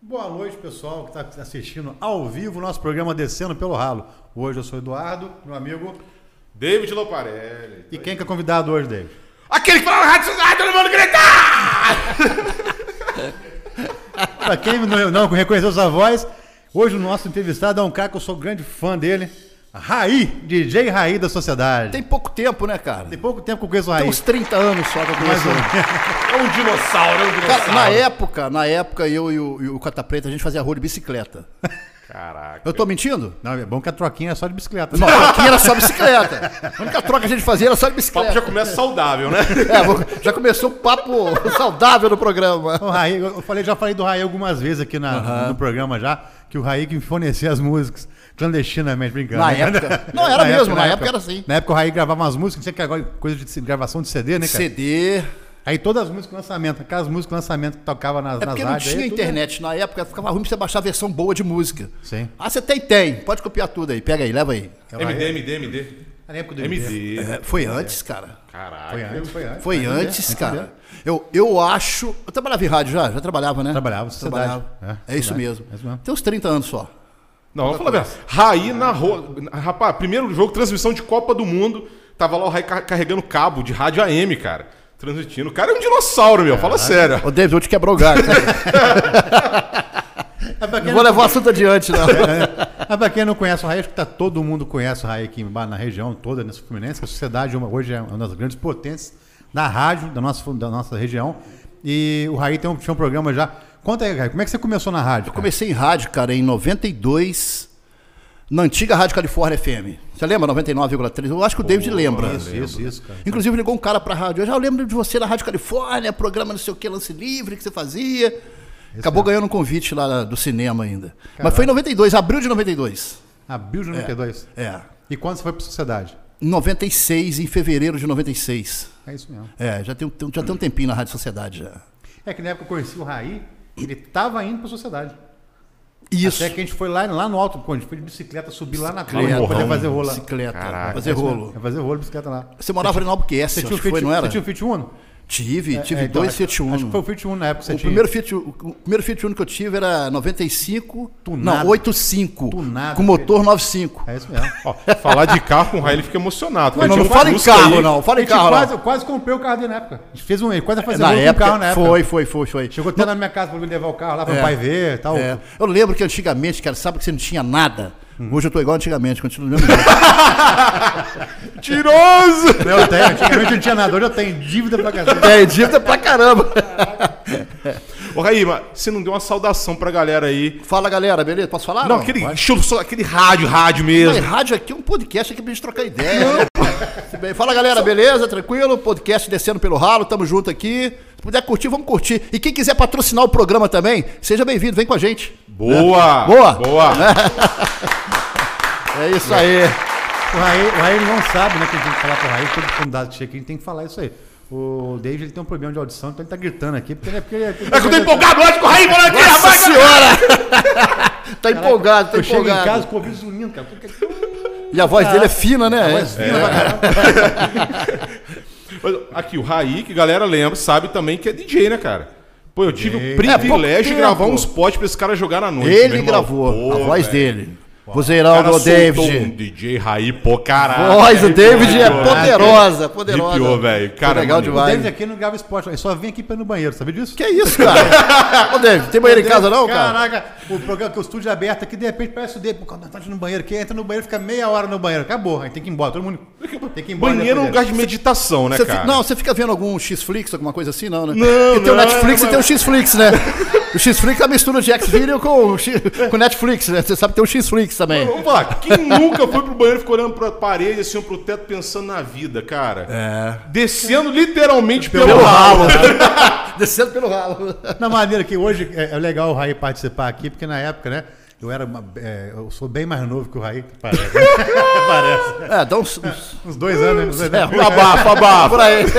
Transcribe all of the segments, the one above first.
Boa noite, pessoal que está assistindo ao vivo o nosso programa Descendo pelo Ralo. Hoje eu sou Eduardo, meu amigo. David Loparelli. E quem que é convidado hoje, David? Aquele que fala na rádio social, todo mundo gritar! Para quem não, não reconheceu sua voz, hoje o nosso entrevistado é um cara que eu sou grande fã dele. Raí, DJ Raí da Sociedade. Tem pouco tempo, né, cara? Tem pouco tempo que eu conheço o Raí. Tem uns 30 anos só que eu Mais conheço. um. ele. É um dinossauro, é um dinossauro. Cara, na época, na época, eu e o, e o Cata Preta, a gente fazia rua de bicicleta. Caraca. Eu tô mentindo? Não, é bom que a troquinha é só de bicicleta. Não, aqui era só bicicleta. A única troca que a gente fazia era só de O papo já bicicleta. começa saudável, né? É, vou- já começou o papo saudável no programa. O Raí, eu falei, já falei do Raí algumas vezes aqui na- no programa já, que o Raí que fornecia as músicas clandestinamente, brincando. Na né? época. Não, era mesmo, na época era assim. Na época o Raí gravava umas músicas, não sei que agora é coisa de gravação de CD, né, cara? CD. Aí todas as músicas lançamento, aquelas músicas lançamento que tocava nas, É nas porque não rádios aí, tinha tudo- internet na época, ficava ruim pra você baixar a versão boa de música. Sim. Ah, você tem? Tem. Pode copiar tudo aí. Pega aí, leva aí. É o Raí. MD, MD, MD. Na época do MD. MD. É, foi antes, cara. Caraca. Foi antes, foi antes. Foi né? Mas MD, antes, MD. cara. Eu, eu acho. Eu trabalhava em rádio já? Já trabalhava, né? Trabalhava, sociedade. Trabalhava. É, É, isso sociedade. mesmo. É isso mesmo. Tem uns 30 anos só. Não, vamos falar bem. Raí na rua. Rapaz, primeiro jogo, transmissão de Copa do Mundo. Tava lá o Raí ca- carregando cabo de rádio AM, cara. Transmitindo. O cara é um dinossauro, meu. Fala sério. Ô, David, eu te quebrou o galho. Ah, pra quem Não vou levar o assunto adiante, não. Ah, pra quem não conhece o Raí, acho que tá, todo mundo conhece o Raí aqui embaixo, na região toda, nessa Fluminense. que A sociedade é uma- hoje é uma das grandes potências da rádio da nossa, da nossa região. E o Raí tem um, tinha um programa já. Conta aí, Raí, como é que você começou na rádio? cara? Comecei em rádio, cara, em 92, na antiga Rádio Califórnia FM. Você lembra? 99,3. Eu acho que o David lembra. Isso, isso, isso, cara. Inclusive ligou um cara pra rádio. Eu já lembro de você na Rádio Califórnia, programa não sei o que, lance livre que você fazia. Acabou ganhando um convite lá do cinema ainda. Mas foi em 92, abril de 92. Abril de 92. É. E quando você foi pra sociedade? Em 96, em fevereiro de 96. É isso mesmo. É, já tem, um- tem um- já tem um tempinho na Rádio Sociedade já. É que na época eu conheci o Raí, ele tava indo pra sociedade. Isso. Até que a gente foi lá, lá no alto, quando a gente foi de bicicleta, subir lá na torre Bicicleta, pra poder fazer rola. Bicicleta, Caraca. fazer rolo. É fazer rolo, bicicleta lá. Você morava ali na Albuquerque, Você acho tinha um que Fiat, foi, não era? Você tinha um Fiat Uno? Tive, tive É, então, dois acho- Fiat Uno. Acho que foi o Fiat um. Uno na época que você O tinha. primeiro Fiat, o primeiro Fiat Uno que eu tive era 95, Tunado. não, 85, Tunado, com motor 95. É isso mesmo. Ó, falar de carro com o Raí, ele fica emocionado. Não, Ele não, tinha não uma fala em busca carro, aí. não, fala A em gente carro, um quase, não. eu quase comprei o carro dele na época. A gente fez um, ele quase fazia É, Na rolo com época, o carro na época. foi, foi, foi, foi. Chegou até na minha casa pra me levar o carro lá pra É. o pai ver e tal. É. Eu lembro que antigamente, cara, sabe que você não tinha nada? Hum. Hoje eu tô igual antigamente, continuo do mesmo jeito. Tiroso! Eu tenho, antigamente eu não tinha nada, hoje eu tenho dívida pra cacete. É, dívida pra caramba. Ô, Raí, mas você não deu uma saudação pra galera aí? Fala, galera, beleza? Posso falar? não, aquele estilo, só aquele rádio, rádio Não, é mesmo. rádio aqui é um podcast aqui pra gente trocar ideia. né? Tudo bem. Fala galera, beleza? Tranquilo? Podcast descendo pelo ralo, tamo junto aqui. Se puder curtir, vamos curtir. E quem quiser patrocinar o programa também, seja bem-vindo, vem com a gente. Boa! Boa! Boa! É isso aí. O Raí, o Raí não sabe, né, que a gente tem que falar pro Raí, todo convidado que chega aqui, a gente tem que falar isso aí. O David ele tem um problema de audição, então ele tá gritando aqui, porque ele é porque ele é. É que eu tô empolgado hoje com o Raí, mano, aqui, Nossa rapaz! senhora! tá empolgado, tá Eu chego em empolgado. casa com o ouvido zunindo, cara. Porque... E a voz dele é fina, né? Mas, Aqui, o Raí, que a galera lembra, sabe também que é DJ, né, cara? Pô, eu tive o É, privilégio pouco de gravar tempo. uns potes pra esse cara jogar na noite. meu Ele irmão. gravou, Pô, a voz velho. dele. O Vozeirão cara do soltou David. um DJ Raí, pô, caralho. A voz do David é Pô, poderosa, poderosa. Arrepiou, né? velho. Foi Cara, legal maneiro. O demais. David aqui não grava esporte, ele só vem aqui pra ir no banheiro, sabe disso? Que isso, cara? Ô, David, tem banheiro em casa não, cara? Caraca, o programa que o estúdio é aberto aqui, de repente parece o dedo. Pô, não tá indo no banheiro. Quem entra no banheiro fica meia hora no banheiro. Acabou, aí tem que ir embora. Todo mundo tem que ir embora. Banheiro é um depois lugar de meditação, né, Você cara? fi- não, você fica vendo algum X-Flix, alguma coisa assim, não, né? Não, Porque tem o não, Netflix mas- e tem o X-Flix, né? O X-Flix é a mistura de X-Video com, o X- com Netflix, né? Você sabe que tem o X-Flix também. Vamos lá, quem nunca foi pro banheiro e ficou olhando pra parede, assim, pro teto, pensando na vida, cara? É. Descendo literalmente pelo, ralo. Descendo pelo ralo. dele. Na maneira que hoje é, é legal o Raí participar aqui, porque na época, né? Eu era uma- é, eu sou bem mais novo que o Raí, parece. parece. É, dá uns... uns... Uns dois anos, né? Uns dois É, anos. Abafa, abafa. Por aí.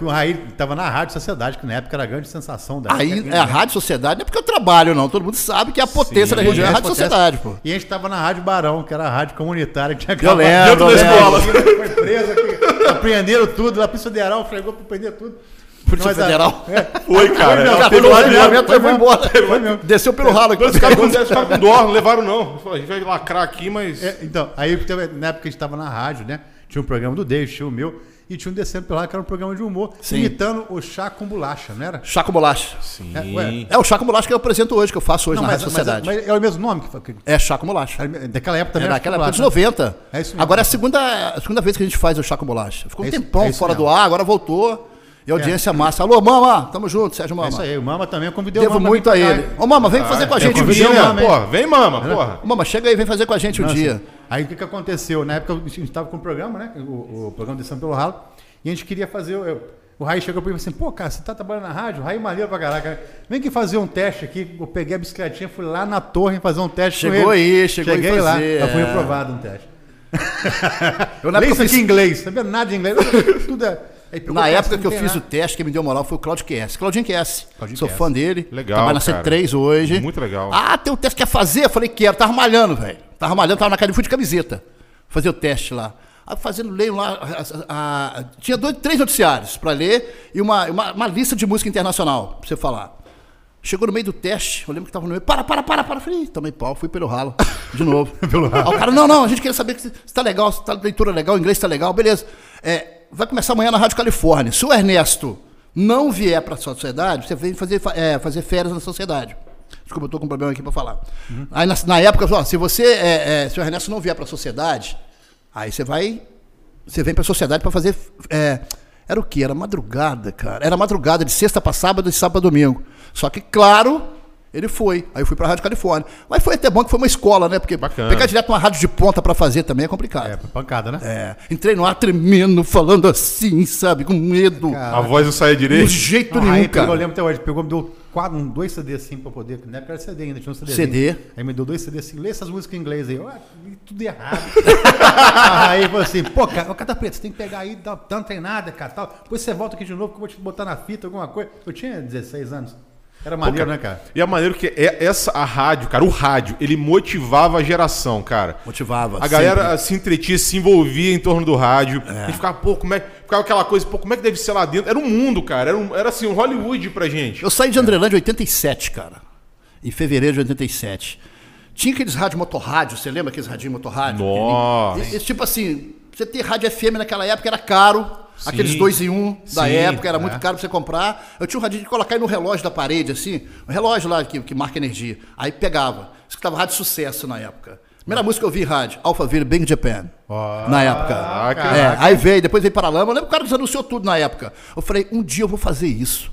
O Raí tava na Rádio Sociedade, que na época era a grande sensação da né? Aí, é, a Rádio Sociedade não é porque eu trabalho, não. Todo mundo sabe que a potência da região é a Rádio Acontece. Sociedade, pô. E a gente tava na Rádio Barão, que era a rádio comunitária que tinha lembro, dentro eu da lembro. escola. Foi presa, que apreenderam tudo, lá pro federal, fregou pra prender tudo. Polícia Mas a- É. Federal. Foi, cara. Foi mesmo. Ela Acabou teve o uma- rastreamento, foi levou mesmo. embora. Foi mesmo. Desceu pelo ralo aqui. Dois caras com- eles ficaram com dó, não levaram não. Falou, A gente vai lacrar aqui, mas. É, então, aí teve- na época a gente tava na rádio, né? Tinha um programa do David, tinha o meu, e tinha um descendo pela rádio, que era um programa de humor, Sim. imitando o chá com bolacha, não era? Chaco Bolacha. Sim. É, ué. É o Chaco Bolacha que eu apresento hoje, que eu faço hoje na Rádio Sociedade. mas é o mesmo nome que, que- É Chaco Bolacha. Daquela época É também. naquela época dos chocolate, né? 90. É isso mesmo. agora é a segunda, a segunda vez que a gente faz o Chá com Bolacha. Ficou um É isso- tempão é isso fora do mesmo. ar, agora voltou. E a audiência massa. Alô, Mama! Tamo junto, Sérgio Mama. É isso aí, o Mama também, eu convidei Devo o Mama muito a pra cá, ele. hein? Ô, Mama, vem fazer com a eu gente um convidei dia. Vem, Vinha, mama, né? porra. Vem, mama, porra. Ô, Mama, chega aí, vem fazer com a gente um Nossa. dia. Aí o que, que aconteceu? Na época a gente tava com o programa, né? O, o programa de São Pelo Ralo. E a gente queria fazer. eu- o Raí chegou pra mim e falou assim: pô, cara, você tá trabalhando na rádio? O Raí maneiro pra caraca. né? Vem aqui fazer um teste aqui. Eu peguei a bicicletinha, fui lá na torre fazer um teste. com Chegou ele. aí, chegou aí Cheguei lá. fazer, Eu fui é. reprovado no teste. Eu, na Lê isso época, que aqui eu em fiz, inglês. Sabia nada de inglês. Tudo é. Aí pegou o na teste, época não que eu tem fiz o nada. teste, que me deu moral, foi o Claudio QS. Claudinho QS. Claudinho Sou QS. fã dele. Legal, Trabalha na cara. C3 hoje. Muito legal. Ah, tem um teste que quer fazer? Eu falei, quero. Tava malhando, velho. Tava malhando, tava na academia, fui de camiseta. Fazer o teste lá. Aí fazendo, leio lá. a- a- a- tinha dois, três noticiários pra ler e uma, uma, uma lista de música internacional pra você falar. Chegou no meio do teste, eu lembro que tava no meio. Para, para, para, para. Eu Falei, "Ih, tomei pau, fui pelo ralo. De novo. pelo ralo. Aí o cara, não, não, a gente queria saber se tá legal, se tá leitura legal, o inglês tá legal, beleza. É, vai começar amanhã na Rádio Califórnia. Se o Ernesto não vier pra sociedade, você vem fazer, fa- é, fazer férias na sociedade. Desculpa, eu tô com um problema aqui pra falar. Aí na, na época, ó, se você. é, é, se o Ernesto não vier pra sociedade, aí você vai você vem pra sociedade pra fazer. é, era o quê? Era madrugada, cara. Era madrugada de sexta pra sábado e sábado pra domingo. Só que, claro, ele foi. Aí eu fui pra Rádio Califórnia. Mas foi até bom que foi uma escola, né? Porque Bacana. pegar direto uma rádio de ponta pra fazer também é complicado. É, foi pancada, né? É, entrei no ar tremendo, falando assim, sabe? Com medo. Ah, A voz não saía De direito. jeito É, Não, nenhum, aí pegou, eu cara. lembro até hoje, pegou, me deu quatro, um, dois CD assim pra poder. Na época era CD ainda, tinha um CD. CD. Aí me deu dois CD assim, lê essas músicas em inglês aí. Eu, ah, li tudo errado. aí falou assim, pô, cara, o cara preto, você tem que pegar aí, dá, dá uma treinada, cara. Tal. Depois você volta aqui de novo que eu vou te botar na fita, alguma coisa. Eu tinha 16 anos. Era maneiro, né, cara? E a maneira que é essa a rádio, cara, o rádio, ele motivava a geração, cara. Motivava. A galera se entretia, se envolvia em torno do rádio. A gente ficava, pô, como é. Ficava aquela coisa, pô, como é que deve ser lá dentro? Era um mundo, cara. Era, um- era assim, um Hollywood pra gente. Eu saí de Andrelândia em 87, cara. Em fevereiro de 87. Tinha aqueles rádio motorrádio, você lembra aqueles radinhos motorrádio? Nossa. Aquele- e- e Tipo assim, você ter rádio FM naquela época era caro. Aqueles dois em um da Sim, época, era é. muito caro pra você comprar. Eu tinha um radinho de colocar aí no relógio da parede, assim, um relógio lá que, que marca energia. Aí pegava. Escutava rádio sucesso na época. Primeira música que eu vi em rádio, Alphaville Bang Japan. na época. caraca. É, aí veio, depois veio Paralama. Eu lembro que o cara desanunciou tudo na época. Eu falei, um dia eu vou fazer isso.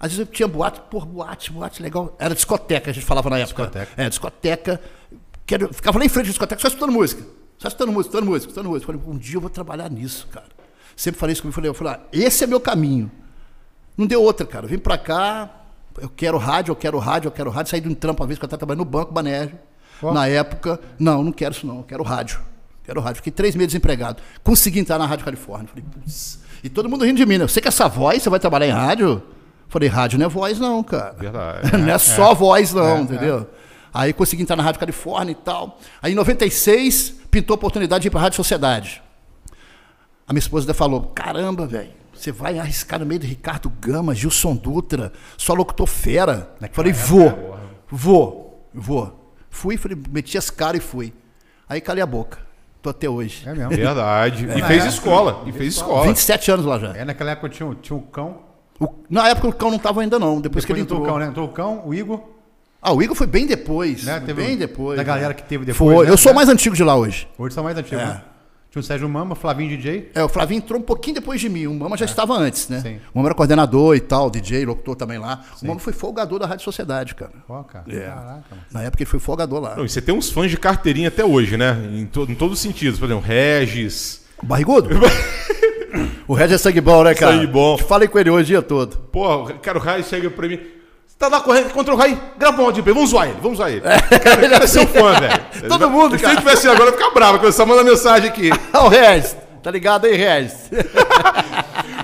Às vezes eu tinha boate, pô, boate, boate legal. Era discoteca, a gente falava na época. Discoteca. É, discoteca. Quero, ficava lá em frente da discoteca, só escutando música. Só escutando música, escutando música, escutando música. Falei, um dia eu vou trabalhar nisso, cara. Sempre falei isso comigo. Falei, eu falei, ah, esse é meu caminho. Não deu outra, cara. Eu vim pra cá, eu quero rádio, eu quero rádio, eu quero rádio. Saí de um trampo uma vez que eu tava trabalhando no Banco Banérgio. Na época, não, não quero isso não, eu quero rádio. Quero rádio. Fiquei três meses desempregado. Consegui entrar na Rádio Califórnia. Falei, putz. E todo mundo rindo de mim, né? Você com essa voz, você vai trabalhar em rádio? Falei, rádio não é voz não, cara. Verdade. não é, só voz é. não, entendeu? Aí consegui entrar na Rádio Califórnia e tal. Aí em 96, pintou a oportunidade de ir pra Rádio Sociedade. A minha esposa ainda falou: caramba, velho, você vai arriscar no meio de Ricardo Gama, Gilson Dutra, só locutor fera. né?" Ah, falei, é, né?" vou, vou, vou. Fui, falei, meti as caras e fui. Aí calei a boca. Tô até hoje. É mesmo. Verdade. E fez escola. E fez escola. 27 anos lá já. É, naquela época tinha, o- tinha o cão. O- na época o cão não tava ainda, não. Depois Depois, que ele entrou entrou. o cão, né? Entrou o cão, o Igor. Ah, o Igor foi bem depois. Né? foi Teve bem um- depois. da né? galera que teve depois, Foi. né? Eu sou o mais antigo de lá hoje. Hoje são mais antigos. É. né? Tinha o Sérgio Mama, Flavinho DJ. É, o Flavinho entrou um pouquinho depois de mim. O Mama já estava antes, né? Ah. É. Sim. O Mama era coordenador e tal, DJ, locutor também lá. O Mama foi folgador da Rádio Sociedade, cara. Ó, cara. É. Caraca, mano. Na época ele foi folgador lá. Não, e você tem uns fãs de carteirinha até hoje, né? Em, to- em todos os sentidos. Por exemplo, Regis. Barrigudo? o Regis é sangue bom, né, cara? Sangue bom. Falei com ele hoje o dia todo. Pô, cara, o Raio chega pra mim. Você tá lá correndo contra o Raio? Grava um áudio pra ele, vamos zoar ele, vamos zoar ele. Cara, ele é seu fã, velho. Todo mundo, Se cara. ele tivesse agora, eu ia ficar bravo, começar a mandar mensagem aqui. Ah, o Regis. Tá ligado aí, Regis?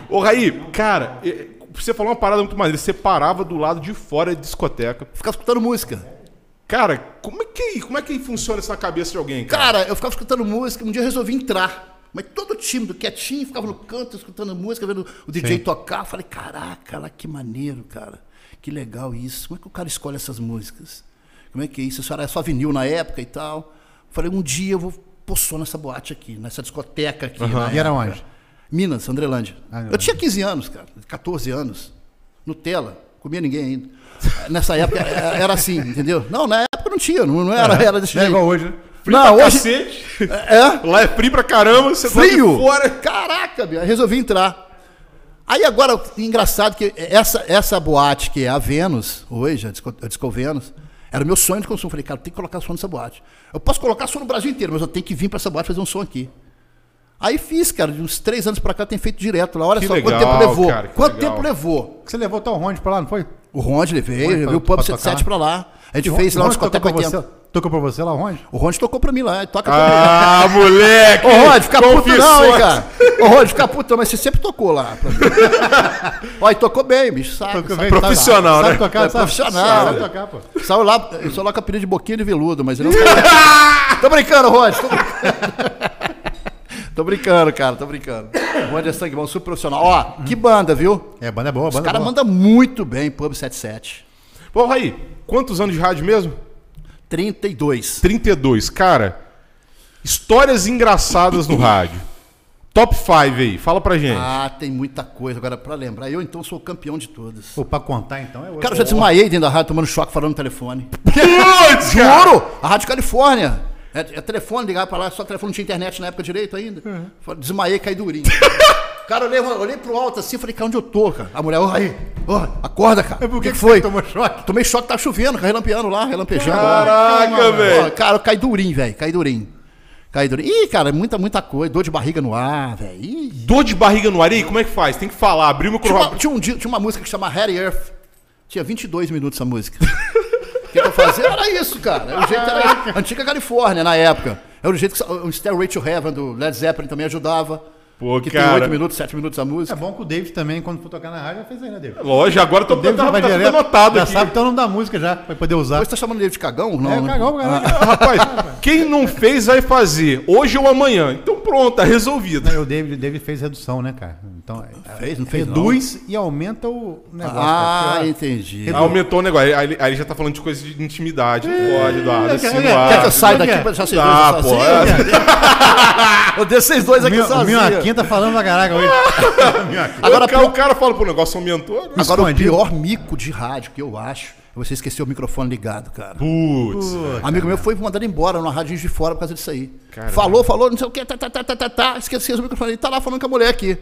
Ô, Raí, cara, eh, você falou uma parada muito maneira. Você parava do lado de fora da discoteca. Ficava escutando música. Cara, como é que, como é que funciona isso na cabeça de alguém, cara? Cara, eu ficava escutando música. Um dia eu resolvi entrar. Mas todo tímido, quietinho, ficava no canto, escutando música, vendo o DJ tocar. Falei, caraca, lá que maneiro, cara. Que legal isso. Como é que o cara escolhe essas músicas? Como é que é isso? Isso era só vinil na época e tal. Falei, um dia eu vou pôr som nessa boate aqui, nessa discoteca aqui. na E era época. onde? Minas, Andrelândia. Ah, não. eu tinha 15 anos, cara, 14 anos. Nutella, comia ninguém ainda. Nessa época era era assim, entendeu? Não, na época não tinha, não, não era, era desse Não é jeito. igual hoje, né? não, pra hoje. cacete. É? Lá é frio pra caramba, você tá de Frio! fora. Caraca, bicho, aí resolvi entrar. Aí agora, engraçado que essa, essa boate que é a Vênus, hoje, a Disco, a Disco Vênus, era o meu sonho de consumo. Falei, cara, tem que colocar som nessa boate. Eu posso colocar som no Brasil inteiro, mas eu tenho que vir pra essa boate fazer um som aqui. Aí fiz, cara, de uns três anos pra cá tem feito direto lá. Olha Que só legal, quanto tempo levou. cara, que quanto legal. tempo levou? Você levou até o Ronde pra lá, não foi? O Ronde levei, Foi pra- levei o Pub pra 77 tocar? pra lá. A gente fez lá O uns Ronde tocou 480. pra você- Tocou pra você lá, o Ronde? O Ronde tocou pra mim lá, ele toca pra mim. Ah, moleque! Ô, Rod, fica puto não, hein, confissões. cara. Ô, Rod, fica puto não, mas você sempre tocou lá. pra mim. Ó, e tocou bem, bicho, sabe? Tocou sabe? bem, tá Profissional, sabe, né? Sabe tocar, É sabe? profissional. Sabe tocar, pô. Saiu lá, eu só lá com a pilha de boquinha de veludo, mas ele não... tô brincando, Rod, tô brincando. tô brincando, cara, tô brincando. O Rod é sangue bom, super profissional. Ó, que banda, viu? É, banda é boa, Os banda é caras boa. mandam muito bem, Pub 77. Pô, Raí, quantos anos de rádio mesmo? 32. 32. Cara, histórias engraçadas no rádio. Top 5 aí, fala pra gente. Ah, tem muita coisa agora pra lembrar. Eu, então, sou o campeão de todas. Pô, pra contar então é outro. Cara, eu já desmaiei dentro da rádio tomando choque falando no telefone. Putz, cara! Juro! A Rádio Califórnia. É, é telefone, ligava pra lá, só telefone, não tinha internet na época direito ainda. Uhum. Falei, Desmaiei, caí durinho. cara, eu olhei, eu olhei pro alto assim, falei, cara, onde eu tô, cara? A mulher, ó, aí, ó, acorda, cara. Mas É, por que que você tomou choque? Tomei choque, tava chovendo, cara, relampeando lá, relampejando. lá. Caraca, Ó, velho! Cara, eu caí durinho, velho, caí durinho. Caí durinho. Ih, cara, muita, muita coisa, dor de barriga no ar, velho. Ih. Dor de barriga no ar, e aí, como é que faz? Tem que falar, abrir o Tinha uma, microfone. tinha um dia, tinha uma música que chama Harry Earth. Tinha 22 minutos essa música. O que, que eu fazia era isso, cara. O jeito era isso. Antiga Califórnia, na época. Era o jeito que o Stairway to Heaven do Led Zeppelin também ajudava. Pô, que cara. tem 8 minutos, 7 minutos a É música. bom que o David também, quando for tocar na rádio, já fez aí, né, David? Lógico, agora tô O David tá, já vai tá tudo direto. anotado já aqui. sabe até o nome da música já, vai poder usar. Você tá chamando ele de cagão? Não. É, né? cagão, caralho. Rapaz, quem não fez vai fazer, hoje ou amanhã. Então pronto, tá resolvido. Não, O David, o David fez redução, né, cara? Então, ah. fez, não fez, reduz e aumenta o negócio. cara, Ah, porque, ó, entendi. Ah, Aumentou o negócio. Aí, aí- aí ele já tá falando de coisa de intimidade. Não pode, Eduardo. assim, quer- não quer Quer que abre. É, eu saia Como é que daqui é? pra deixar vocês dois Ah, pô. sozinhos? é. Eu deixo vocês dois O aqui é meu, o meu sozinhos. aqui tá falando pra caraca hoje. Agora, o, cara, o cara fala, pô, o negócio aumentou. né? Agora, o Escondido. pior mico de rádio que eu acho é você esquecer o microfone ligado, cara. Putz. Amigo meu foi mandado embora numa rádio de fora por causa disso aí. Caramba. Falou, falou, não sei o que, tá, tá, tá, tá, tá, tá, esqueceu o microfone. Ele tá lá falando com a mulher aqui.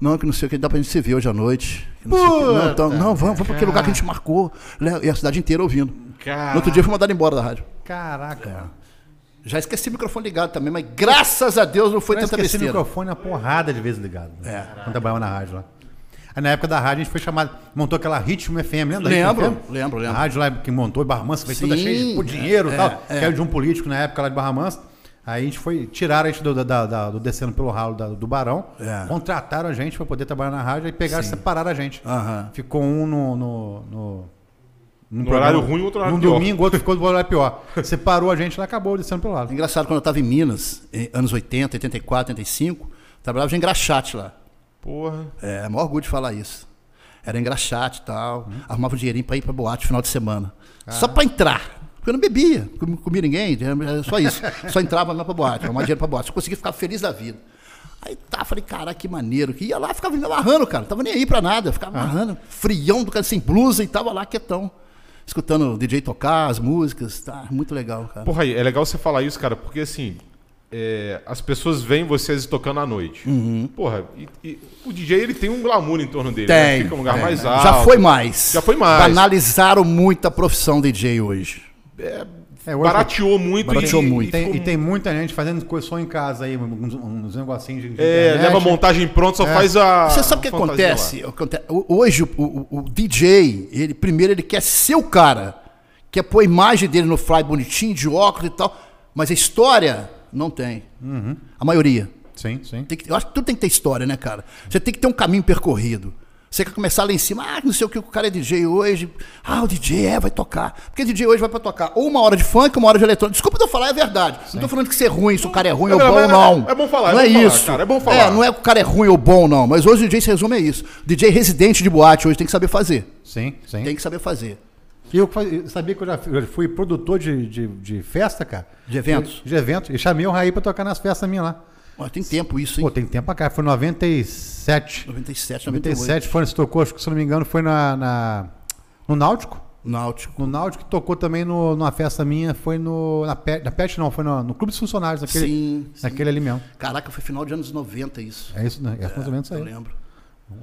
Não, que não sei o que, dá pra gente se ver hoje à noite. que Não, sei o quê. não, então, não, vamos, vamos pra aquele lugar que a gente marcou. né, E a cidade inteira ouvindo. Caraca. No outro dia foi mandado embora da rádio. Caraca. mano. Já esqueci o microfone ligado também, mas graças a Deus não foi Eu tanta esqueci o besteira. microfone uma porrada de vezes ligado. Né? É. Quando trabalhava na rádio lá. Aí na época da rádio a gente foi chamado, montou aquela Ritmo FM, lembra? da Lembro, Ritmo FM? lembro, lembro. A rádio lá que montou, e Barra Mansa, foi toda Sim, cheia de pô, dinheiro e é, tal. é. Que era de um político na época lá de Barra Mansa. Aí a gente foi, tiraram a gente do, da- da- da- do Descendo pelo Ralo da- do Barão, É. contrataram a gente pra poder trabalhar na rádio, aí pegaram e separaram a gente. Aham. Ficou um no... no, no num No horário ruim, outro horário Num pior. domingo, outro ficou do horário pior. Separou a gente lá, acabou o descendo pelo lado. Engraçado, quando eu tava em Minas, em anos 80, 84, 85, trabalhava de engraxate lá. Porra. É, é maior orgulho de falar isso. Era engraxate e tal. Arrumava um dinheirinho pra ir pra boate no final de semana. Só Ah. pra entrar. Porque eu não bebia, com- não comia ninguém, né? era só isso. Só entrava mesmo pra boate, arrumava dinheiro pra boate. Só conseguia ficar feliz da vida. Aí tá, falei, caraca, que maneiro. Que ia lá, ficava me amarrando, cara. Tava nem aí pra nada. Ficava Ah. amarrando, frião do cara, sem blusa e tava lá quietão. Escutando o DJ tocar, as músicas, tá? Muito legal, cara. Porra, aí, é legal você falar isso, cara, porque assim. é, as pessoas veem vocês tocando à noite. Uhum. Porra, e, e o DJ ele tem um glamour em torno dele. né? Fica um lugar tem. mais alto. É. Já foi mais. Já foi mais. Analisaram muito a profissão DJ hoje. É, hoje- Barateou muito. Barateou muito. E tem, ficou- e tem muita gente fazendo coisa só em casa aí, uns, uns negocinhos de. de É, internet. leva a montagem pronta, só faz a. É. Você sabe o que a fantasia acontece? Aconte- o- Hoje o, o- o DJ, ele primeiro ele quer ser o cara, quer pôr a imagem dele no fly bonitinho, de óculos e tal, mas a história não tem. Uhum. A maioria. Sim, sim. Tem que- eu acho que tudo tem que ter história, né, cara? Você tem que ter um caminho percorrido. Você quer começar lá em cima, ah, não sei o que, o cara é DJ hoje. Ah, o DJ é, vai tocar. Porque DJ hoje vai pra tocar ou uma hora de funk, uma hora de eletrônico. Desculpa de eu falar, é verdade. Não tô falando que ser ruim, se o cara é ruim ou Não, bom, mas é- não. é bom falar, é não bom é falar, isso. cara, é bom falar. não é que o cara é ruim ou bom, não. Mas hoje o DJ se resume a isso. DJ residente de boate hoje tem que saber fazer. Sim, sim. Tem que saber fazer. E eu fa- eu sabia que eu já fui, eu fui produtor de, de, de festa, cara. De eventos? De, de eventos. E chamei o Raí pra tocar nas festas minhas lá. Ó, tem tempo isso, hein? Pô, tem tempo pra cá. Foi em 97. 97, 98. 97 foi, se tocou, acho que se eu não me engano, foi na, na- no Náutico. Náutico. No Náutico tocou também no, numa festa minha, foi no. Na, Pe- na Pet não, foi no, no Clube dos Funcionários, naquele, Sim, naquele ali mesmo. Caraca, foi final de anos 90 isso. É isso, né? É, mais ou menos isso Eu aí. lembro.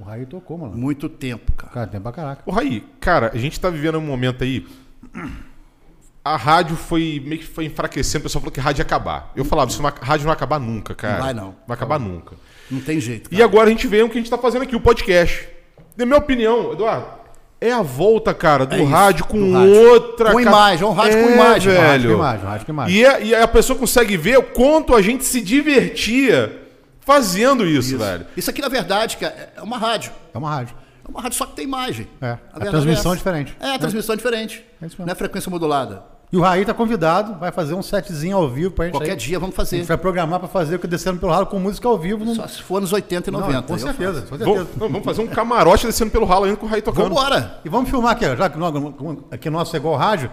O Raí tocou, mano. Muito tempo, cara. Cara, tem pra caraca. Ô, Raí, cara, a gente tá vivendo um momento aí. A rádio foi meio que foi enfraquecendo, o pessoal falou que rádio ia acabar. Eu falava, isso não, ac- rádio não vai acabar nunca, cara. Não vai, não. Vai acabar nunca. Não tem jeito. E agora a gente vê o que a gente tá fazendo aqui, o podcast. Na minha opinião, Eduardo, é a volta, cara, do É isso, rádio com do rádio. outra... Com ca- imagem, é um rádio com imagem, velho. um Rádio que imagem, rádio que imagem. E, é- e a pessoa consegue ver o quanto a gente se divertia fazendo isso, velho. Isso aqui, na verdade, cara, é uma rádio. É uma rádio. É uma rádio só que tem imagem. É. A A verdade transmissão essa. é diferente. É, a transmissão é diferente. É isso mesmo. Não é frequência modulada. E o Raí tá convidado, vai fazer um setzinho ao vivo pra gente. Qualquer aí. dia vamos A fazer. gente vai programar pra fazer o que descendo pelo ralo com música ao vivo. Não... Só se for nos 80 e Não, 90. com eu certeza, com certeza. Vamos, não, vamos fazer um camarote descendo pelo ralo ainda com o Raí faço. tocando. Vambora. E vamos filmar aqui, ó, já que nós, aqui nosso é igual rádio.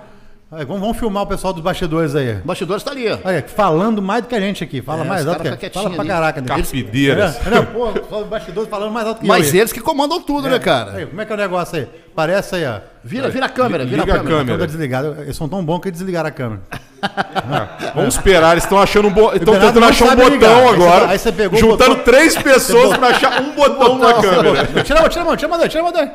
aí, Vamos, vamos filmar o pessoal dos bastidores aí. O bastidor está tá ali. ó. Olha, falando mais do que a gente aqui. Fala É, mais os alto caras que a ficam gente. Fala pra quietinhos caraca, né? Capideiras. É, Não, pô, só os bastidores falando mais alto que eu. Mas aí. eles que comandam tudo, né, Aí, cara? como é que é o negócio aí? Parece aí, ó. Vira, vira a câmera, vira a Liga a câmera. Toda câmera. desligada. Eles são tão bons que desligaram a câmera. Ah, Vamos esperar, eles estão achando um bo... Estão Liberado, tentando não achar um sabe botão ligar. Aí você- agora. aí você pegou o juntando botão- três pessoas pra achar um botão na câmera. Tira a mão, tira a mão, tira a mão, tira a mão.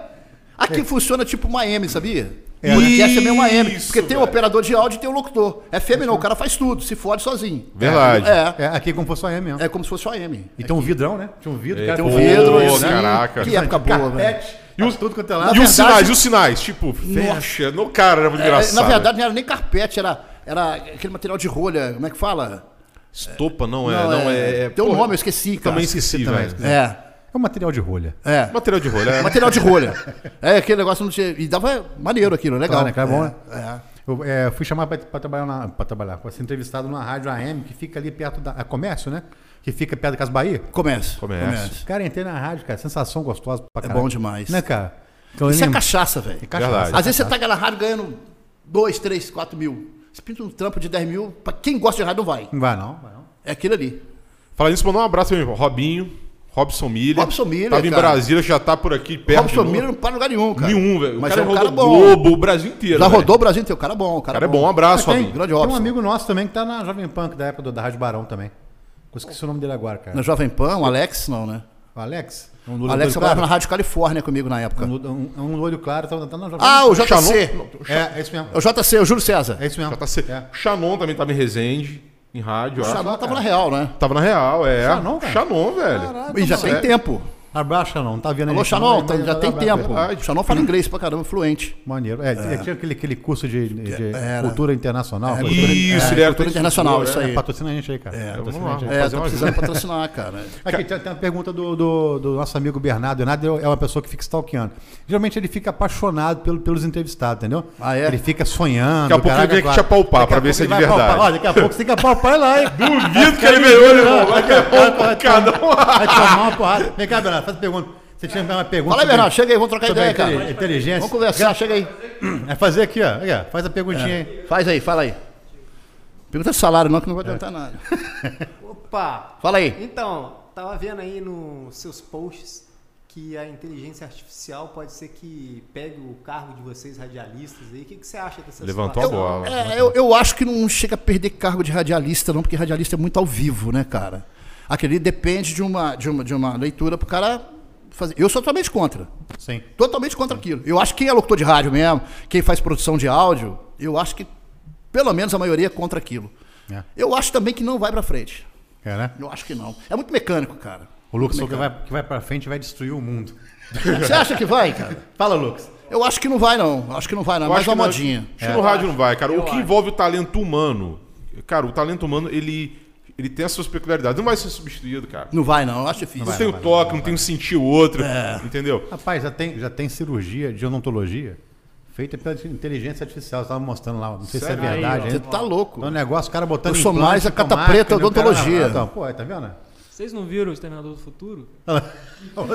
Aqui funciona tipo uma M, sabia? É. O podcast é meio uma M. Isso, Porque tem o velho. operador de áudio e tem o locutor. É fêmea, não. O cara faz tudo, se fode sozinho. Verdade. É. É, aqui como fosse a M mesmo. É, como se fosse uma M. E tem um vidrão, né? Tinha um vidro, cara. tem um com- vidro, Pô, isso, né? caraca. Que época boa, velho. Carpete, e os tudo quanto é Na lado. E os verdade- sinais, e os sinais? Tipo, fecha. No cara era muito É, engraçado. na verdade, não era nem carpete, era, era aquele material de rolha. Como é que fala? Estopa não é. Não, Não, é- é, é- tem um porra, nome, eu esqueci, cara. Também esqueci, também velho. esqueci. É. É um material de rolha. É. Material de rolê. é. Material de rolha. É, aquele negócio não tinha. E dava maneiro aquilo, legal. Claro, né? Cara, é bom, né? Eu é, fui chamar para trabalhar, na- pra trabalhar, para ser entrevistado numa rádio AM que fica ali perto da. É comércio, né? Que fica perto da Casa Bahia. Começa. Começa. Cara, entrei na rádio, cara. Sensação gostosa pra caralho. bom demais. Né, cara? Então, Isso é lembro- cachaça, velho. cachaça. Verdade. Às vezes você tá na rádio ganhando 2, 3, 4 mil. Você pinta um trampo de 10 mil, pra quem gosta de rádio não vai. Não vai não, vai não. É aquilo ali. Fala nisso, mandar um abraço também pro Robinho, Robson Milha. Robson Milha, Tava em cara. Brasília, já tá por aqui perto. Robson de Miller novo. não para em lugar nenhum, cara. Nenhum, velho. O Mas cara é um rodou cara o bom. Globo, o Brasil inteiro. Já velho. rodou o Brasil inteiro. O cara é bom, o O cara, cara é bom, um abraço, Mas Robinho. tem, grande tem um Robson. amigo nosso também que tá na Jovem Pan, que da época do- da Rádio Barão também. Eu Esqueci o nome dele agora, cara. Na Jovem Pan, o Alex, não, né? O Alex? É Um O loiro claro. Alex trabalhava na Rádio Califórnia comigo na É época. Um, loiro- um, é um olho claro, tá, tá na Jovem Ah, o JC. Xanon- É, é isso mesmo. É o JC, é o Júlio César. É isso mesmo. Já tá se... É. Xanon também tava em Resende, em rádio. O acho. Xanon tava cara. na Real, né? Tava na Real, é. Xanon, cara? Xanon, velho. Caraca, E já mano. tem É. tempo. Abraço, Xanon. Tá vendo Alô, gente? Xanon, Mas- tá- já mas- tem mas- tempo. verdade. O Xanon fala inglês pra caramba, fluente. Maneiro. É, tinha aquele, aquele curso de, de- de cultura internacional. É, cultura- Isso, ele era cultura internacional, isso aí. É, patrocina a gente aí, cara. vamos patrocina lá. a gente aí. É, fazer tá uma precisando patrocinar, cara. Aqui tem, tem uma pergunta do, do- do nosso amigo Bernardo. Bernardo é uma pessoa que fica stalkeando. Geralmente ele fica apaixonado pelo- pelos entrevistados, entendeu? Ah, é? Ele fica sonhando. Daqui a pouco caraca, ele vem aqui claro. te apalpar Daqui a pra ver pouco se é ele de vai apalpar. verdade. Ó, daqui a pouco você tem que apalpar lá, hein? Duvido que ele veio, né, irmão? Vai Cada um. Vai tomar uma porrada. Vem cá, Bernardo, faz pergunta. Você tinha uma pergunta. Fala aí, Bernardo, chega aí, vamos trocar sobre ideia, sobre cara. Inteligência. Vamos conversar, É. chega aí. É fazer aqui, ó. Aqui, ó. Faz a perguntinha aí. Faz aí, fala aí. Pergunta de salário não, que não vai adiantar nada. Opa! Fala aí. Então, tava vendo aí nos seus posts que a inteligência artificial pode ser que pegue o cargo de vocês radialistas aí. O que, que você acha dessa Levantou a situação? bola. É, eu, eu acho que não chega a perder cargo de radialista, não, porque radialista é muito ao vivo, né, cara? Aquele depende de uma, de uma, de uma leitura pro cara fazer. Eu sou totalmente contra. Sim. Totalmente contra aquilo. Eu acho que quem é locutor de rádio mesmo, quem faz produção de áudio, eu acho que pelo menos a maioria é contra aquilo. É. Eu acho também que não vai pra frente. É, né? Eu acho que não. É muito mecânico, cara. O Lucas falou que vai, que vai pra frente e vai destruir o mundo. Você acha que vai, cara? Fala, Lucas. Eu acho que não vai, não. Eu acho que não vai, não. É mais acho uma que não- modinha. Acho que no rádio não vai, cara. o que envolve o talento humano, cara, o talento humano, ele ele tem as suas peculiaridades. Não vai ser substituído, cara. Não vai, não, É. eu acho difícil. Não, tem o toque, não tem o sentir o outro. Entendeu? Rapaz, já tem, já tem cirurgia de odontologia feita pela inteligência artificial. Você tava mostrando lá, não sei Sério? se é verdade. Você ainda. tá louco. É um negócio, o cara botando Eu sou implante mais a com cata máquina, preta o cara- odontologia. Ah, tá, pô, tá vendo? Vocês não viram o Exterminador do Futuro?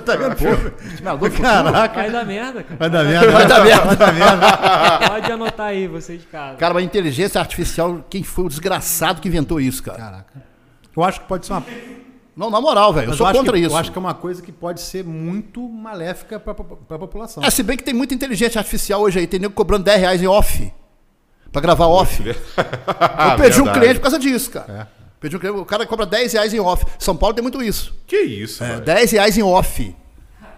tá vendo? Pô, caraca. Vai dar merda, cara. Vai dar merda. né? Vai dar merda. Vai dar merda. Pode anotar aí, você de casa. Cara, mas inteligência artificial, quem foi o desgraçado que inventou isso, cara? Caraca. Eu acho que pode ser uma. Não, na moral, velho, eu mas sou acho contra que- isso. Eu acho que é uma coisa que pode ser muito maléfica para a população. Ah, se bem que tem muita inteligência artificial hoje aí, tem nego cobrando 10 reais em off. Pra gravar off. eu perdi um Ah, é verdade. cliente por causa disso, cara. É. Perdi um cliente, o cara cobra 10 reais em off. São Paulo tem muito isso. Que isso, É, velho. 10 reais em off.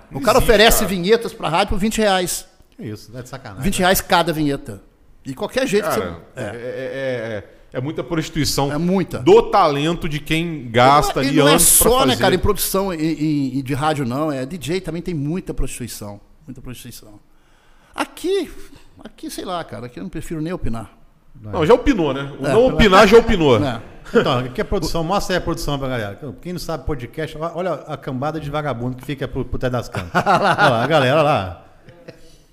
O Não cara existe, oferece cara. vinhetas pra rádio por 20 reais. Que isso, é de sacanagem. 20 reais cada vinheta. E qualquer jeito que Cara, é, é- é- é muita prostituição. um- É muita. Do talento de quem gasta e ali não é anos pra só, né, fazer. cara, em produção e, e- e de rádio, não. É DJ também tem muita prostituição. Muita prostituição. Aqui, aqui, sei lá, cara, aqui eu não prefiro nem opinar. Não, já opinou, né? É, O não opinar já opinou. Né? Então, o que é produção? Mostra aí a produção pra galera. Quem não sabe podcast, ó- olha a cambada de vagabundo que fica pro, pro trás das câmeras. olha lá, a galera lá.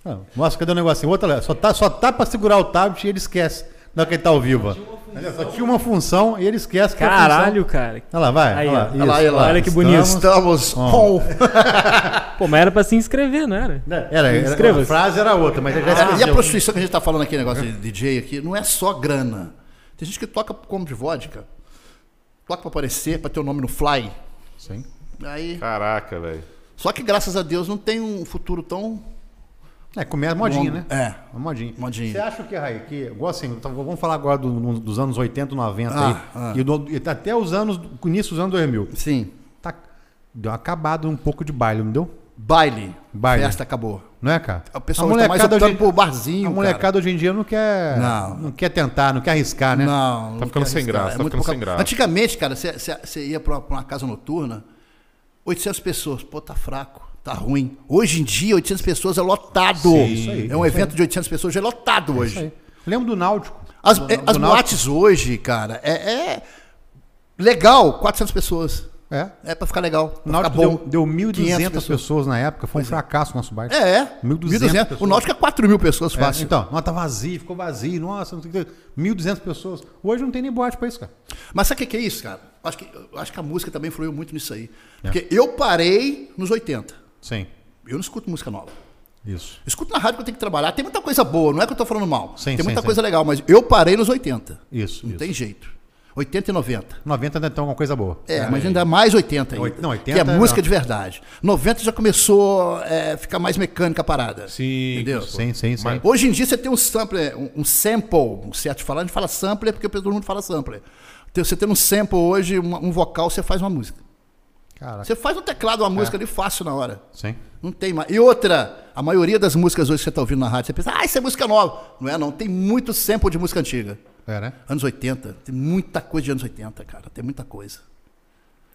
Não, mostra, cadê o negocinho? Outra, lá, só tá, só tá pra segurar o tablet e ele esquece. Na hora que ele tá ao vivo. ó. Olha, Só tinha uma função e ele esquece. que é a função. Caralho, cara. Olha lá, vai. Aí, olha lá, ó. isso, Olha lá, olha lá. Olha que bonito. Estamos Ó. on. Pô, mas era pra se inscrever, não era? Era, era- Inscreva-se. a frase era outra, mas ele já É, e a esqueceu. prostituição que a gente tá falando aqui, negócio de DJ aqui, não é só grana. Tem gente que toca como de vodka. Toca pra aparecer, pra ter o nome no fly. Sim. Aí, Caraca, velho. só que graças a Deus não tem um futuro tão. É, comer a modinha, né? É. Uma modinha. Modinha. Você acha que, Raí, que, igual assim, tá, vamos falar agora do- dos anos 80, 90 Ah, aí, e, do- e tá até os anos, com início dos anos 2000. É, Sim. Tá, deu uma acabada um pouco de baile, não deu? Baile. Baile. Festa acabou. Não é, cara? O pessoal tá mais optando hoje, por barzinho. a molecada hoje em dia não quer, Não. não. quer tentar, não quer arriscar, né? cara. Não. não ficando quer sem arriscar. graça, tá muito ficando pouca- sem graça. Antigamente, cara, você- você você ia pra uma- pra uma casa noturna, 800 pessoas. Pô, tá fraco. Tá ruim. Hoje em dia, 800 pessoas é lotado. isso aí, é isso um aí. evento de 800 pessoas, já é lotado hoje. Isso aí. Lembra do Náutico? As, do, é, do as Náutico? boates hoje, cara, é, é legal, 400 pessoas. É. É pra ficar legal. Pra O ficar Náutico bom. deu, deu 500 1.200 pessoas. na época, foi um fracasso o nosso baile. É, é. 1.200 O pessoas. Náutico é 4 mil pessoas É, fácil. então, nota vazia, ficou vazio, nossa, não sei o que, 1.200 pessoas. Hoje não tem nem boate pra isso, cara. Mas sabe o que que é isso, cara? Eu Acho que, eu acho que a música também influiu muito nisso aí. É. Porque eu parei nos 80. Sim, Eu não escuto música nova. Eu isso. escuto na rádio que eu tenho que trabalhar. Tem muita coisa boa, não é que eu tô falando mal. Sim, Tem sim, muita sim. coisa legal, mas eu parei nos 80. Isso, Não isso. tem jeito. 80 e 90. 90 ainda tem alguma coisa boa. É, mas ainda mais 80 ainda. Oit- não, 80 que é é- música de verdade. 90 já começou a ficar mais mecânica a parada. Sim, Entendeu? Sim, sim, sim. Mas- Hoje em dia você tem um sampler, um, um sample, um certo falar, a gente fala sampler porque todo mundo fala sampler. Então, Você tendo um sample hoje, uma- um vocal, você faz uma música. Caraca, Você faz um teclado, uma É. música ali fácil na hora. sim. Não tem mais. E outra, a maioria das músicas hoje que você está ouvindo na rádio, você pensa, ah, isso é música nova. Não é não, tem muito sample de música antiga. É, né? Anos 80, tem muita coisa de anos 80, cara, tem muita coisa.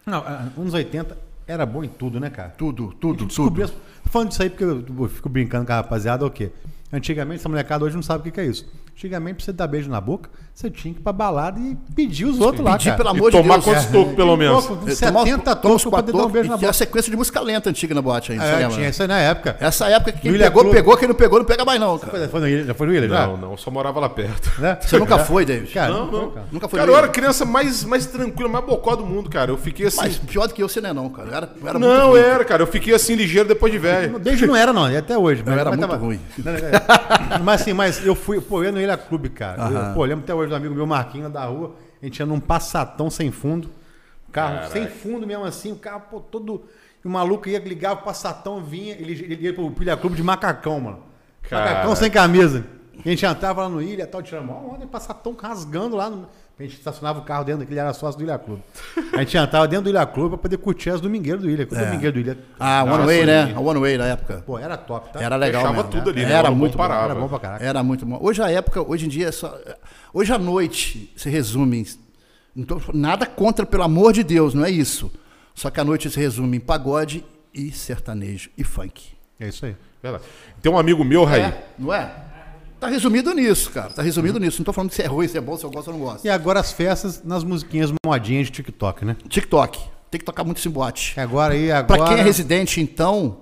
Não, a- anos 80 era bom em tudo, né, cara? Tudo, tudo, Descobri tudo. as... Tô Falando disso aí porque eu eu fico brincando com a rapaziada, é o quê? Antigamente, essa molecada hoje não sabe o que que é isso. Antigamente, pra você dar beijo na boca, você tinha que ir pra balada e pedir os outros lá, Pedir, cara. pelo E amor de tomar Deus. quantos é. tocos, pelo menos? Toco, Eu 70 tomava- tomava tocos uns pra quatro assim, poder dar um tocos, beijo e na tinha a boca. sequência de música lenta antiga na boate ainda, você É, lembra? tinha isso aí na época. Essa época que quem William pegou, Cruz. pegou, quem não pegou, não pega mais não, cara. Já foi no Ilha, já foi no Ilha, já? Não, não, eu só morava lá perto. Né? Você É. nunca foi, David? Cara, Não, não. cara. Nunca foi É. Cara, eu mesmo? era a criança mais, mais tranquila, mais bocó do mundo, cara. Eu fiquei assim. Mas pior do que eu, você não é não, cara. Eu era, eu era não, muito ruim. era, cara. Eu fiquei assim ligeiro depois de velho. Desde não era, não, e até hoje. Eu era mas muito tava- ruim. Mas assim, mas eu fui, pô, eu ia no Ilha Clube, cara. Eu, pô, eu lembro até hoje do amigo meu Marquinho da rua, a gente ia num passatão sem fundo. Carro sem fundo mesmo assim, o carro, pô, todo. E o maluco ia ligar, o passatão vinha, ele, ele ia pro Ilha Clube de macacão, mano. Caraca. Macacão sem camisa. A gente entrava lá no Ilha, tal, tirando mó onda, e passatão rasgando lá. No... A gente estacionava o carro dentro daquele, era sócio do Ilha Clube. A gente entrava dentro do Ilha Clube pra poder curtir as domingueiras do Ilha. Quando é. domingueira do Ilha. Ah, One Nossa, Way, né? sim. A One Way na época. Pô, era top, tá? Era legal assim, Fechava mesmo. tudo ali, né? Era Quando muito bom bom. parava. Era bom pra caraca. Era muito bom. Hoje a época, hoje em dia, é só... hoje à noite, se resume. em- não tô- Nada contra, pelo amor de Deus, não é isso. Só que a noite se resume em pagode e sertanejo e funk. É isso aí. Verdade. Tem um amigo meu, Raí. É, não é? Tá resumido nisso, cara. Tá resumido nisso. Não tô falando se é ruim, se é bom, se eu gosto ou não gosto. E agora as festas nas musiquinhas modinhas de TikTok, né? TikTok. Tem que tocar muito esse boate. Que agora aí, agora. Pra quem é residente, então,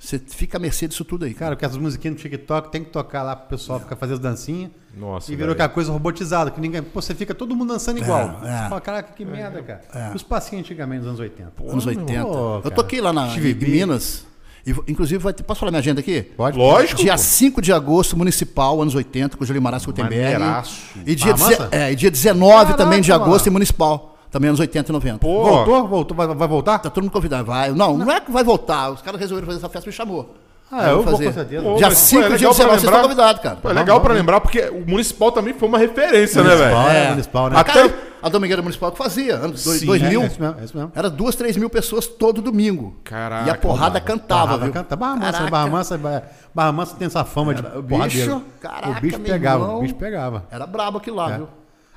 você fica à mercê disso tudo aí, cara. Cara, porque essas musiquinhas do TikTok tem que tocar lá pro pessoal ficar fazendo as dancinhas. Nossa, E virou velho. aquela coisa robotizada, que ninguém. Pô, você fica todo mundo dançando igual. é. Você fala, caraca, que merda, cara. Os passinhos antigamente dos anos 80. Anos 80. Pô, eu cara. toquei lá na, em Chivibi. Minas. E, vou- inclusive, vai ter, posso falar minha agenda aqui? Pode? Lógico. Dia pô. 5 de agosto, municipal, anos 80, com o Júlio Maras Gutenberg. Maneiraço. E dia, Ah, deze- massa? é, e dia 19 também de Caraca, agosto, mano. em municipal. Também anos 80 e 90. Pô, Voltou? Voltou? Vai, vai voltar? Tá todo mundo convidado. Vai. Não, não, é que vai voltar. Os caras resolveram fazer essa festa e me chamou. Ah, eu vamos vou com certeza. Pô, Dia mas, pô, é 5 legal de pra 19, vocês lembrar- estão convidados, cara. Pô, é legal pra lembrar, porque o municipal também foi uma referência, né, Municipal, velho? é, municipal, né? Até- Cara, a Domingueira Municipal que fazia, anos Sim, 2000. É, é isso mesmo, é isso mesmo. Era duas, três mil pessoas todo domingo. Caraca, E a porrada cantava, Barra viu? Canta, Barra Mansa, Caraca. Barra Mansa, Barra- Barra Mansa tem essa fama Cara, de o bicho, porradeiro. caraca, o bicho meu pegava, irmão. o bicho pegava. Era brabo aquilo lá, É. viu?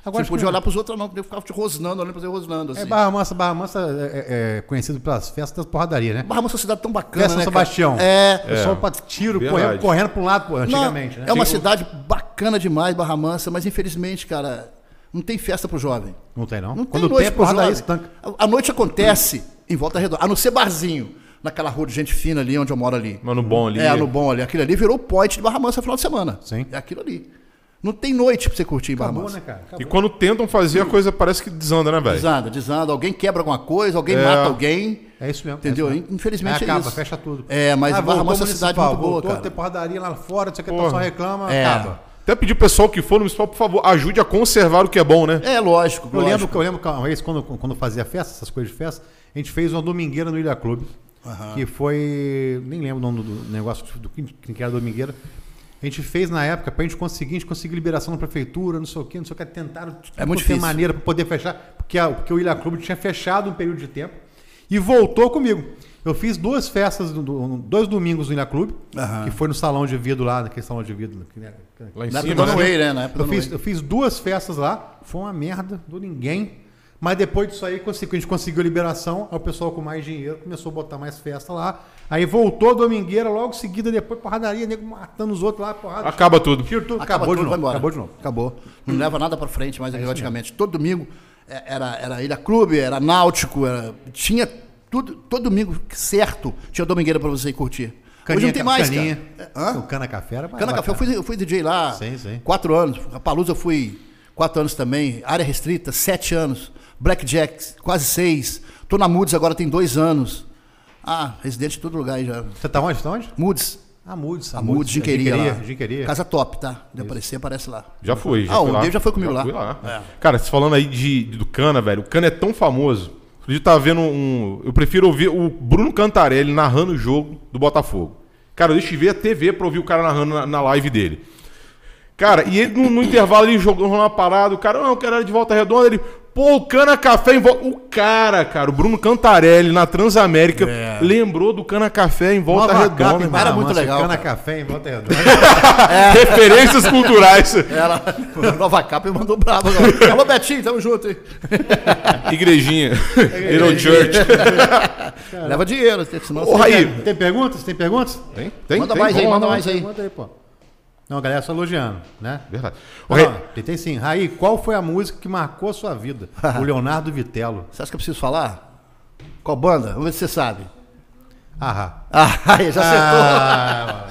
Agora Agora acho você que podia não. olhar pros outros, não, porque eu ficava te rosnando, olhando pra você rosnando, assim. É, Barra Mansa, Barra Mansa é, é- é conhecido pelas festas das porradarias, né? Barra é uma sociedade tão bacana, Festa São né, cara? Sebastião. É. O pessoal pra tiro, Verdade. correndo, correndo pra um lado, pô, Não, antigamente, né? É uma cidade bacana demais, Barra Mansa, mas infelizmente, cara, não tem festa pro jovem. Não tem, não. Não Quando tem tem, noite é pro porradaria, jovem. estanca. A, a noite acontece em volta redonda, a não ser barzinho, naquela rua de gente fina ali, onde eu moro ali. Mano bom ali. É, no bom ali. Aquilo ali virou o point de Barra Mansa no final de semana. Sim. É aquilo ali. Não tem noite pra você curtir em Barra Acabou, Mansa. né, cara? E quando tentam fazer, a coisa parece que desanda, né, velho? Desanda, desanda. Alguém quebra alguma coisa, alguém É. mata alguém. É isso mesmo. Entendeu? É isso mesmo. Infelizmente Aí é acaba, isso. fecha tudo. Ah, É, mas Barra voltou Mansa é uma o cidade municipal, muito boa, voltou, cara. Tem porradaria lá fora, não sei o que, Porra. tá só reclama, É. acaba. Até pedir o pessoal que for no municipal, por favor, ajude a conservar o que é bom, né? É, lógico. Eu lembro, lógico. que- eu lembro que uma vez, quando, quando eu fazia festa, essas coisas de festa, a gente fez uma domingueira no Ilha Clube. Que foi. Nem lembro o nome do- do negócio do que que era domingueira. A gente fez na época pra gente conseguir, a gente conseguiu liberação na prefeitura, não sei o quê, não sei o que. Tentaram de É muito qualquer difícil. maneira pra poder fechar, porque, a- porque o Ilha Clube tinha fechado um período de tempo e voltou comigo. Eu fiz duas festas, do- do- dois domingos no Ilha Clube, Aham. que foi no salão de vidro lá, naquele salão de vidro. né, que era- Lá em Na época cima, do né? Noei, né? Na época eu do fiz, Noei. eu fiz duas festas lá, foi uma merda do ninguém. Mas depois disso aí, consegui- a gente conseguiu liberação, aí o pessoal com mais dinheiro começou a botar mais festa lá. Aí voltou a domingueira, logo em seguida, depois porradaria, nego matando os outros lá, porrada. Acaba tudo. tiro tudo, Acaba acabou, tudo, de vai novo, embora. acabou de novo. Hum. É Acabou. Não leva nada pra frente, mas periodicamente. Todo domingo é, era, era Ilha Clube, era Náutico, era- tinha tudo, todo domingo certo tinha domingueira pra você ir curtir. Hoje não tem mais, caninha. cara. É, hã? O cana café era mais Cana Café, eu bacana. fui, eu fui DJ lá Sim, sim. quatro anos. A Palusa eu fui quatro anos também. Área restrita, sete anos. Blackjack, quase seis. Tô na Moods agora tem dois anos. Ah, residente de todo lugar aí já. Você tá onde? Tá onde? Moods. A Mudes. A Moods, Jinqueria lá. Jinqueria. Casa top, tá? De aparecer, aparece lá. Já fui. Já Ah, fui o lá. Dave já foi comigo lá. É. fui Cara, você falando aí de, do Cana, velho. O Cana é tão famoso. Outro dia eu tava vendo um. Eu prefiro ouvir o Bruno Cantarelli narrando o jogo do Botafogo. Cara, eu deixei ver a TV pra ouvir o cara narrando na, na live dele. Cara, e ele no, no intervalo ele jogou uma parada, o cara, não, eu quero era de volta redonda, ele, pô, o Cana Café em volta. O cara, cara, o Bruno Cantarelli na Transamérica É. lembrou do Cana Café em volta Nova Capa, redonda. em irmão. Era muito Barra Mansa, legal, Cana cara. café em volta redonda. Referências culturais. Ela, Nova Capa, me mandou brava agora. Alô, Betinho, tamo junto, hein? Igrejinha. É. Little Church. Leva dinheiro, senão Ô, Raí, Tem perguntas? Tem perguntas? Tem? Tem? Manda tem, mais aí, vamos manda lá, mais aí. Pergunta aí, pô. Não, a galera só elogiando, né? Verdade. Não, Ô, Raí, Ah. não, Ah, tem- tem sim. Raí, qual foi a música que marcou a sua vida? o Leonardo Vitello. Você acha que eu preciso falar? Qual banda? Vamos ver se você sabe. Ah, Ah, já acertou. ah,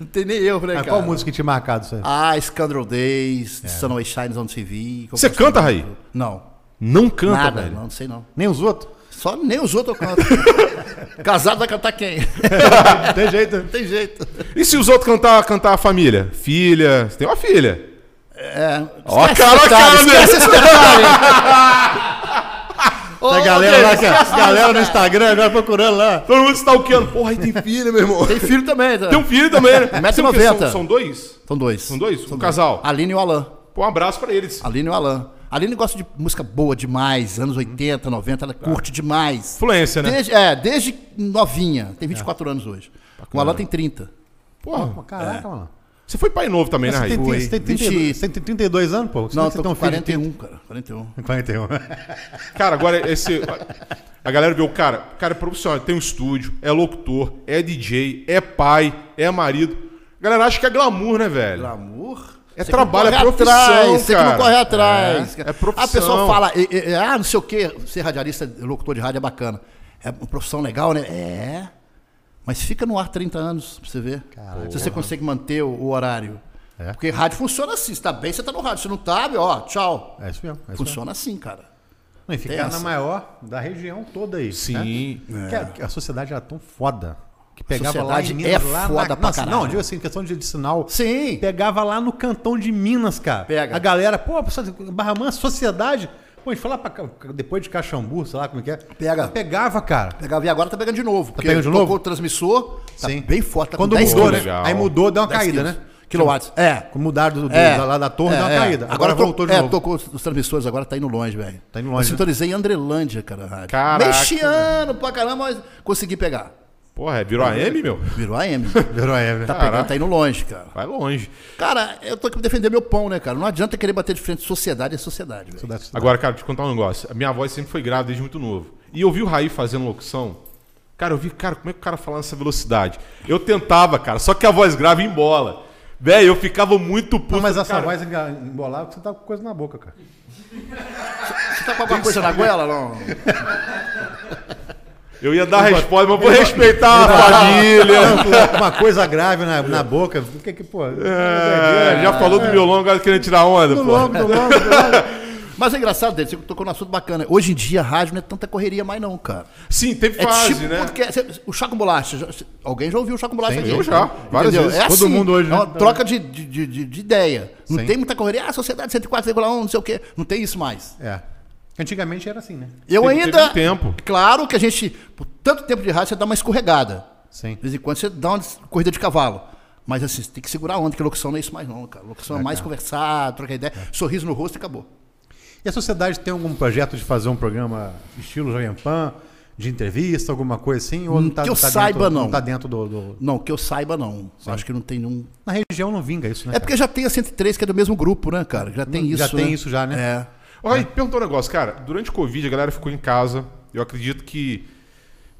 Não tem nem eu, ah, né, cara? qual música que tinha marcado isso aí? Ah, Scandal Days, Sunway Shines on TV. É. Você canta, Raí? Não. Não canta, nada, velho. não, não sei não. Nem os outros? Só nem os outros eu canto. Casado vai cantar quem? Não tem jeito. Não tem jeito. E se os outros cantar, cantar a família? Filha. Você tem uma filha. É, Ó a esquece cara, esse ó a cara detalhe, esquece esse detalhe. Ô, Tem a galera lá, Deus, que, é- esquece a galera no isso, cara. Instagram agora procurando lá. Todo mundo stalkeando. Porra, aí tem filha, meu irmão. Tem filho também, tá? Tem um filho também, né? Metro e São o quê? noventa. São, são dois? São dois. São dois? um casal. Aline e o Alan. Pô, um abraço pra eles. Aline e o Alan. Aline gosta de música boa demais, anos 80, 90, ela curte demais. Uhum. Tá. Influência, né? É. Desde, é, desde novinha. Tem 24 anos hoje. O Alan tem 30. Porra, Caraca, mano. você foi pai novo também, né, Você Raí? tem, Foi. você tem 32, você tem 32 anos, pô? Você Não, tem eu que tô ter com um filho de 41, cara. 41. 41. Cara, agora esse. A galera vê o cara. O cara é profissional, tem um estúdio, é locutor, é DJ, é pai, é marido. A galera acha que é glamour, né, velho? Glamour? É Você trabalho, que é não corre profissão, atrás, Você que não cara. corre atrás. É, é profissão. A pessoa fala, "E, e, e, ah, não sei o quê, ser radialista, locutor de rádio é bacana. É uma profissão legal, né? É. Mas fica no ar 30 anos, pra você ver. Se você consegue manter o, o horário. É. Porque rádio funciona assim. Se tá bem, você tá no rádio. Se não tá, meu, ó, tchau. É isso mesmo. É isso mesmo. funciona assim, cara. Não, e ficar Tenso. na maior da região toda aí. Sim. É. né? Que a- que a sociedade era tão foda. Que pegava lá sociedade em Minas, é lá foda na... pra Nossa, caralho. Não, digo assim, questão de, de sinal. Sim. Pegava lá no cantão de Minas, cara. Pega. A galera, pô, pessoal, Barra Mansa, sociedade. Pô, a gente fala pra, ca- depois de Caxambu, sei lá como é que é. Pega. Pegava, cara. Pegava e agora tá pegando de novo. Tá pegando de novo? Tocou o transmissor, tá Sim. bem forte. Tá Quando com 10 mudou, quilos. né? Legal. Aí mudou, deu uma 10 caída, quilos. né? Kilowatts. É. Quando Tipo, Mudaram do, do- da- lá da torre, deu uma caída. Agora, to- voltou de é, novo. tocou os transmissores, agora tá indo longe, velho. Tá indo longe, Eu sintonizei em Andrelândia, cara. a rádio. Caraca. Mexicano pra caramba, mas consegui pegar. Porra, é, virou AM, meu? Virou AM. Virou é, velho. tá, Caraca. pegando, tá indo longe, cara. Vai longe. Cara, eu tô aqui pra defender meu pão, né, cara? Não adianta querer bater de frente. Sociedade é sociedade, velho. Sociedade, sociedade. Agora, cara, deixa eu te contar um negócio. A minha voz sempre foi grave desde muito novo. E eu vi o Raí fazendo locução. Cara, eu vi, cara, como é que o cara fala nessa velocidade? Eu tentava, cara, só que a voz grave embola. Velho, eu ficava muito puto. Não, mas essa cara, voz enga- embolava porque você tá com coisa na boca, cara. Você tá com alguma coisa na goela, não? Eu ia dar a resposta, mas vou respeitar a família. Família. Uma coisa grave na, na boca. O que que, pô? É, já falou do meu longo, agora querendo tirar onda, Do pô. longo, do longo, do longo. Mas é engraçado, dele, você tocou num assunto bacana. Hoje em dia, a rádio não é tanta correria mais, não, cara. Sim, teve É fase, tipo né? podcast. O Chaco Bolacha. já- Alguém já ouviu o Chaco Bolacha Sim, aqui? eu já, várias Entendeu? vezes. É Todo assim, mundo hoje, É uma né? troca de, de, de- de- de ideia. Não Sim. tem muita correria. Ah, sociedade 104,1, não sei o quê. Não tem isso mais. É. Antigamente era assim, né? Eu Teve- ainda. teve um tempo. Claro que a gente, por tanto tempo de rádio, você dá uma escorregada. Sim. De vez em quando você dá uma des- corrida de cavalo. Mas assim, você tem que segurar a onda, que locução não é isso mais, não, cara. Locução é, mais conversar, trocar ideia, É. sorriso no rosto e acabou. E a sociedade tem algum projeto de fazer um programa estilo Jovem Pan, de entrevista, alguma coisa assim? Ou não tá, Hum, que eu não tá saiba, dentro, não. tá dentro do, do- Não, que eu saiba, não. Acho que não tem nenhum. Na região não vinga isso, né? É porque já tem a 103, que é do mesmo grupo, né, cara? Já tem isso. Já tem né? isso já, né? É. Olha, e perguntou um negócio, cara. Durante o Covid, a galera ficou em casa. Eu acredito que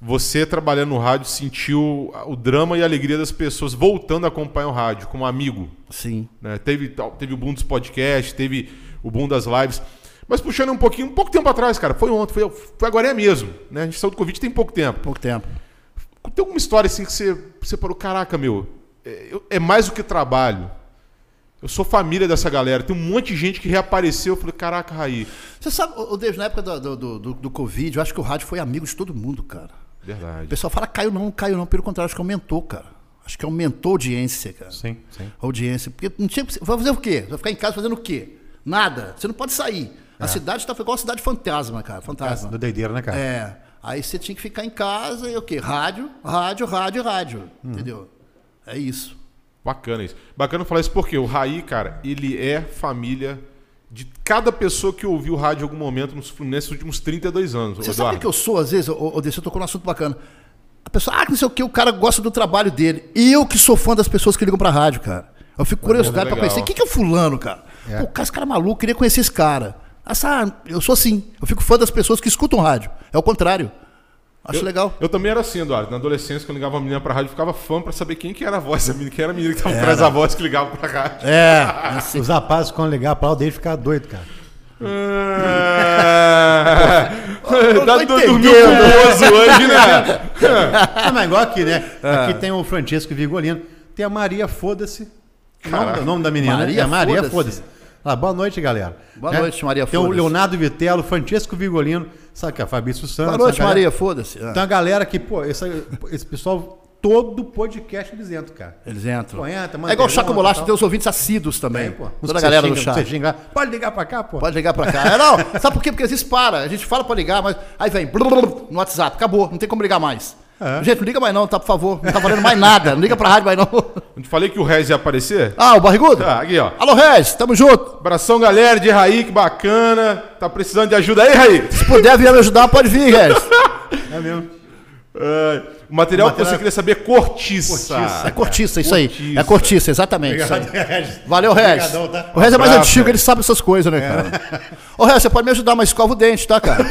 você, trabalhando no rádio, sentiu o drama e a alegria das pessoas voltando a acompanhar o rádio como amigo. Sim. né? Teve, tal- teve o boom dos podcasts, teve o boom das lives. Mas puxando um pouquinho, um pouco tempo atrás, cara, foi ontem, foi, foi agora é mesmo. Né? A gente saiu do Covid tem pouco tempo. Pouco tempo. Tem alguma história assim que você, você parou, caraca, meu, é, eu- é mais do que trabalho. Eu sou família dessa galera. Tem um monte de gente que reapareceu. Eu falei, caraca, Raí. Você sabe, ô, ô, David, na época do, do, do- do- do Covid, eu acho que o rádio foi amigo de todo mundo, cara. O Verdade. pessoal fala, caiu não, caiu não. Pelo contrário, acho que aumentou, cara. Acho que aumentou a audiência, cara. Sim, sim. A audiência. Porque não tinha. Vai fazer o quê? Vai ficar em casa fazendo o quê? Nada. Você não pode sair. A cidade tá igual a cidade fantasma, cara. Fantasma. Do doideira, né, cara? É. Aí você tinha que ficar em casa e o quê? Rádio, rádio, rádio, rádio. Entendeu? É isso. Bacana isso. Bacana falar isso porque o Raí, cara, ele é família de cada pessoa que ouviu o rádio em algum momento nos, nesses últimos 32 anos. Você sabe Eduardo. o que eu sou, às vezes, ô, ô, Desi, eu tocou num assunto bacana. A pessoa, ah, não sei o que, o cara gosta do trabalho dele. Eu que sou fã das pessoas que ligam pra rádio, cara. Eu fico curiosidade pra legal. conhecer. Quem que é o fulano, cara? É. Pô, cara, esse cara é maluco, queria conhecer esse cara. Ah, sabe, eu sou assim. Eu fico fã das pessoas que escutam rádio. É o contrário. Acho Eu- legal. Eu também era assim, Eduardo. Na adolescência, quando ligava a menina pra rádio, eu ficava fã pra saber quem que era a voz da menina, quem era a menina que tava atrás da voz que ligava pra rádio. É, assim. Os rapazes, quando ligar pra lá, o David ficar doido, cara. É... Dá- tô Dormiu com gozo hoje, né? Ah, mas igual aqui, né? Ah. Aqui tem o Francesco Vigolino. Tem a Maria Foda-se. O nome- O nome da menina, Maria né? É Maria Foda-se. Foda-se. Fala, boa noite, galera. Né? Boa noite, Maria Tem o Foda-se. Leonardo Vitello, Francesco Vigolino, sabe que é a Fabrício Santos. Boa noite, sabe, Maria, galera? foda-se. Ah, Tem uma galera que, pô, esse, esse pessoal, todo podcast eles entram, cara. Eles entram. Pô, entra, é tá, manda igual o Chaco pergunta, Bolacha, tal. tem os ouvintes assíduos também. Tem, pô. Toda a galera do Chaco. Você xinga lá, Pode ligar pra cá, pô. Pode ligar pra cá. É, não, sabe por quê? Porque às vezes para. A gente fala pra ligar, mas aí vem blub, blub, no WhatsApp, acabou, não tem como ligar mais. É. Gente, não liga mais não, tá, por favor. Não tá valendo mais nada. Não liga pra rádio mais não. Não te falei que o Rez ia aparecer? Ah, o Barrigudo? Tá, aqui, ó. Alô, Rez, tamo junto. Abração, galera, de Raí, que bacana. Tá precisando de ajuda aí, Raí? Se puder vir me ajudar, pode vir, Rez. É mesmo. É, o material que você queria saber, cortiça. É cortiça, isso aí. É cortiça, exatamente. isso aí. Valeu, Rez. Obrigadão, tá? É. O Rez é mais Abraço, antigo, velho. ele sabe essas coisas, né, cara? Ô, Rez, você pode me ajudar, mas Tá. escova o dente, tá, cara?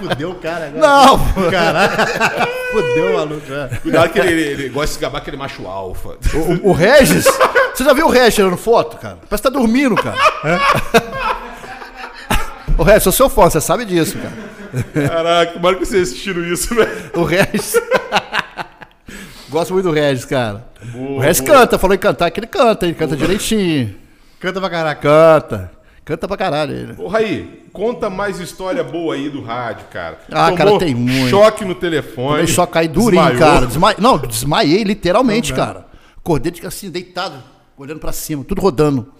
Fudeu o cara agora. Não, Caralho. Fudeu o maluco. é. Cuidado que ele, ele- ele gosta de se gabar aquele macho alfa. o, o- o Regis. Você já viu o Regis tirando foto, cara? Parece que tá dormindo, cara. o Regis, eu sou fã, você sabe disso, cara. Caraca, tomara que vocês assistiram isso, né? velho. O Regis. Gosto muito do Regis, cara. o Boa, Regis boa. canta, falou em cantar que ele canta, ele canta direitinho. Canta pra caraca. Canta. Canta pra caralho ele. Ô, Raí, conta mais história boa aí do rádio, cara. Ah, cara, tem muito. Choque no telefone. Eu só caí durinho, desmaiou. Tá cara. Desma... Não, desmaiei literalmente, cara. Acordei de- assim, deitado, olhando pra cima, tudo rodando.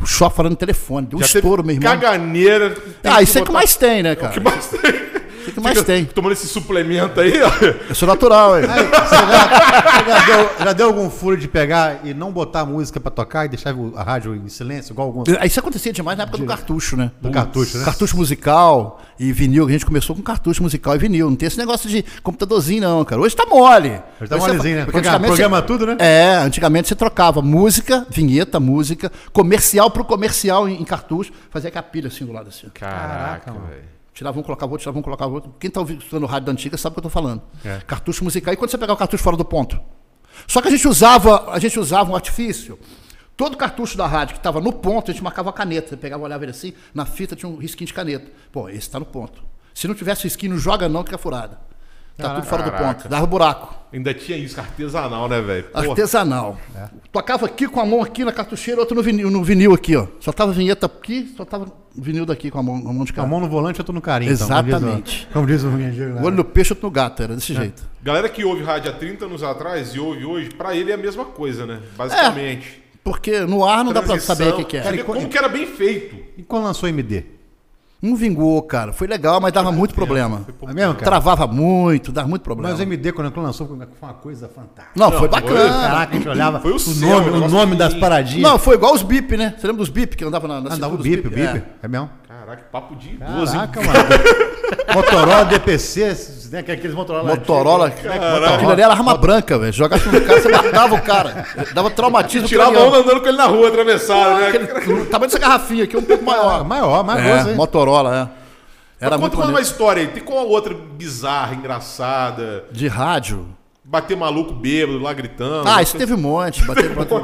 O choque falando no telefone, deu um Já teve estouro, meu irmão. Caganeira. Tem Ah, isso é que botar- mais tem, né, O que cara? mais tem? Isso é que mais Fica tem. Tomando esse suplemento aí, ó. Eu sou natural, hein? Você já, já deu, já deu algum furo de pegar e não botar a música pra tocar e deixar o- a rádio em silêncio, igual alguns. Ah, Isso acontecia demais na época do cartucho, né? Do cartucho, né? Cartucho musical e vinil. A gente começou com cartucho musical e vinil. Não tem esse negócio de computadorzinho, não, cara. Hoje tá mole. Hoje tá você- molezinho, né? porque Programa- antigamente programa você- tudo, né? É, antigamente você trocava música, vinheta, música, comercial pro comercial em, em cartucho. Fazia capilha assim do lado, assim. Caraca, velho. Tirava um, colocava outro, tirava um, colocava outro. Quem tá ouvindo escutando rádio da antiga sabe o que eu tô falando. É. Cartucho musical. E quando você pegava o cartucho fora do ponto? Só que a gente usava, a gente usava um artifício. Todo cartucho da rádio que estava no ponto, a gente marcava a caneta. Você pegava, olhava ele assim, na fita tinha um risquinho de caneta. Pô, esse tá no ponto. Se não tivesse risquinho, não joga não, que fica furada. Tá tudo fora do Caraca. ponto. Dava buraco. Ainda tinha isso, artesanal, né, velho? Porra. Artesanal. É. Tocava aqui com a mão aqui na cartucheira, outro no vinil, no vinil aqui, ó. Só tava vinheta aqui, só tava vinil daqui com a mão, com a mão de Com a cá. mão no volante, eu tô no carinho. Exatamente. Então, como diz o como diz o Miguel. Olho Olho... no peixe, outro no gato, era É. desse jeito. Galera que ouve rádio há 30 anos atrás e ouve hoje, pra ele é a mesma coisa, né? Basicamente. Porque no ar não dá pra Transição. saber o que, que Cara, é. e Como que era bem feito? E quando lançou o MD? Não vingou, cara. Foi legal, mas dava muito problema. É mesmo, cara? Travava muito, dava muito problema. Mas é o MD, quando lançou, foi uma coisa fantástica. Não, foi foi- bacana. Caraca, a gente olhava Foi o o, seu, nome, o o negócio nome das pequenininho. paradinhas. Não, foi igual os bip, né? Você lembra dos bip que andava na, na Ah, cintura dava o dos bip, o bip. É. É, mesmo? Caraca, papo de idoso, hein? Caraca, mano. Motorola, DPC, né? que é Aqueles Motorola. Motorola. Caraca. Aquilo ali era arma branca, velho. Jogasse no cara, você matava o cara. Dava traumatismo. Tirava craniano. onda andando com ele na rua, atravessado, né? Aquele, o tamanho dessa garrafinha aqui, um pouco Ah, maior. Maior, maior, É, hein? Motorola, é. Era Mas muito Conta uma maneiro. história aí. Tem qual outra bizarra, engraçada? De rádio. Bater maluco bêbado lá gritando. Ah, isso é teve um monte. Bater, bater,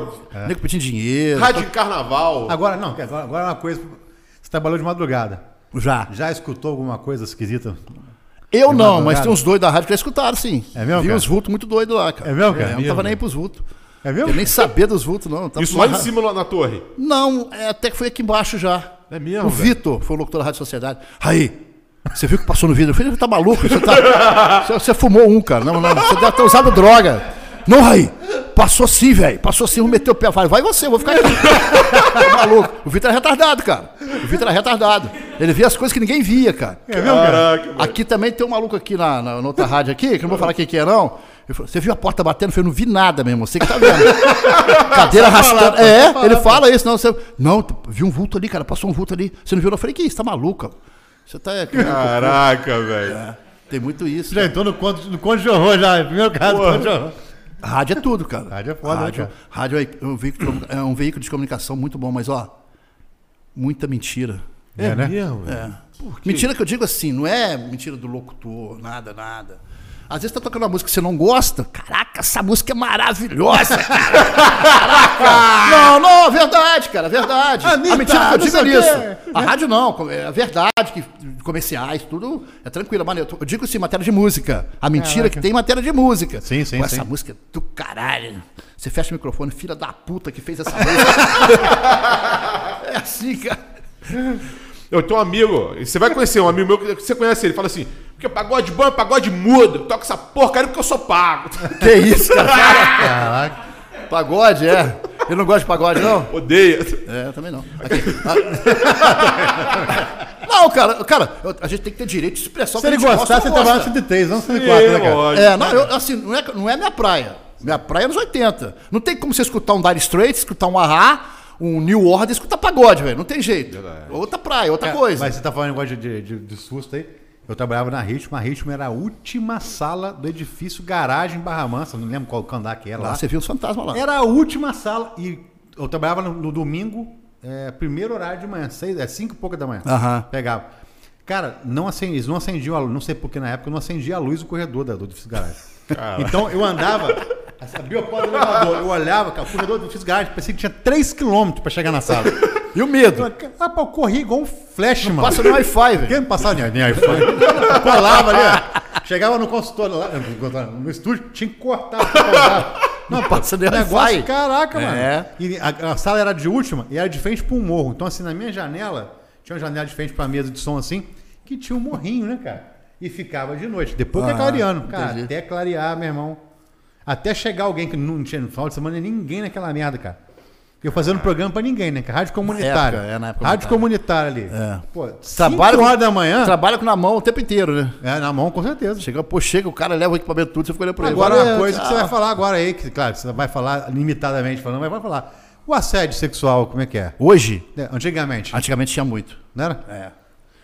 Nego pedindo dinheiro. Rádio em carnaval. Agora, não, que agora, agora é uma coisa. Você trabalhou de madrugada. Já. Já escutou alguma coisa esquisita? Eu não, madrugada. mas tem uns doidos da rádio que já escutaram, sim. É mesmo, Vi cara? uns vultos muito doidos lá, cara. É mesmo, cara? Eu não Mesmo, tava cara? nem aí pros vultos. É Eu mesmo? nem sabia dos vultos, não. Eu tava Isso numa lá em ra- cima lá na torre. Não, é, até que foi aqui embaixo já. É mesmo, O velho? Vitor foi o locutor da Rádio Sociedade. Aí, você viu que passou no vidro? Eu falei, você tá maluco? Você, tá- você- você fumou um, cara. Não, não, você deve ter usado droga. Não, Raí, passou sim, velho. Passou sim, eu meter o pé. Eu falei, vai você, eu vou ficar aqui. Tá maluco. O Vitor era retardado, cara. O Vitor era retardado. Ele via as coisas que ninguém via, cara. É mesmo, cara? Aqui também tem um maluco aqui na, na, na outra rádio aqui, que eu não vou falar quem que é, não. Ele falou, você viu a porta batendo? Eu falei, não vi nada mesmo, você que tá vendo. Cadeira arrastando. é, ele fala isso, não. Você, não, tu- vi um vulto ali, cara, passou um vulto ali. Você não viu? não?" Eu falei, que isso, tá maluca? Você tá... é, Caraca, velho. Tem muito isso. Já cara. entrou no conto, no conto de horror já. Primeiro caso, Porra. conto de horror. Rádio é tudo, cara. Rádio é foda, né, rádio, cara? rádio é, um veículo, de comu- é um veículo de comunicação muito bom, mas, ó, muita mentira. É, né? Mentira que eu digo assim, não é mentira do locutor, nada, nada. Às vezes tá tocando uma música que você não gosta. Caraca, essa música é maravilhosa, cara. Caraca! Não, não, é verdade, cara, é verdade. A, Anitta, mentira que eu não digo sei o é quê. isso. A rádio não, com- é a verdade, que comerciais, tudo é tranquilo. Mas eu tô- eu digo assim, matéria de música. A mentira que tem em matéria de música. Sim, sim, Pô, Essa sim. música é do caralho. Você fecha o microfone, filha da puta que fez essa música. é assim, cara. Eu tenho um amigo, você vai conhecer um amigo meu que você conhece ele, fala assim: porque pagode bom é pagode mudo, toca essa porcaria porque eu sou pago. Que isso, cara. Caraca. Pagode, é. Ele não gosta de pagode, não? Odeia. É, eu também não. Aqui. Ah. não, cara, cara, eu- a gente tem que ter direito de expressar o Se que a ele tá gente gosta, gostasse, não ele trabalhava no gosta. 103, não 104, né, cara? É, não, eu, assim, não é, não é minha praia. Minha praia é nos 80. Não tem como você escutar um Dire Straits, escutar um Ahá, um New Order, escutar pagode, velho. Não tem jeito. Outra praia, outra coisa. Mas você tá falando negócio de, de- de susto aí. Eu trabalhava na Ritmo, a Ritmo era a última sala do edifício Garagem Barra Mansa, não lembro qual andar que era Lá lá. É. você viu os fantasmas lá. Era a última sala e eu trabalhava no, no domingo, é, primeiro horário de manhã, seis, é, cinco e pouca da manhã. Aham. Pegava. Cara, não acen- eles não acendiam a luz. Não sei porque na época eu não acendia a luz do corredor da, do office garagem. Cara. Então eu andava, abria a porta do elevador, eu olhava, cara, o corredor do office garagem, parecia que tinha 3km pra chegar na sala. E o medo? Eu, rapaz, eu corri igual um flash, mano. Passa no Wi-Fi, velho. Quem não passava nem, nem iPhone? Eu Colava ali, ó. Chegava no consultório lá, no, consultório, no estúdio, tinha que cortar pra pausar. Não passa nem Wi-Fi. Negócio, caraca, mano. É. E a, a sala era de última e era de frente pra um morro. Então, assim, na minha janela, tinha uma janela de frente pra mesa de som assim, que tinha um morrinho, né, cara? E ficava de noite. Depois que é Ah, clareando. Cara, entendi. até clarear, meu irmão. Até chegar alguém que não tinha no final de semana, ninguém naquela merda, cara. Eu fazendo programa pra ninguém, né? cara? Rádio comunitária. época, é, na época Rádio comunitária ali. É. Pô, Trabalho Trabalho com- horas da manhã. Trabalha com na mão o tempo inteiro, né? É, na mão, com certeza. Chega, pô, chega, o cara leva o equipamento tudo, você fica olhando pra ele. "Ah, tá." Agora, é Valeu, uma coisa que você tchau. vai falar agora aí, que, claro, você vai falar limitadamente falando, mas vai falar. O assédio sexual, como é que é? Hoje, É, Antigamente, antigamente tinha muito. não era? É.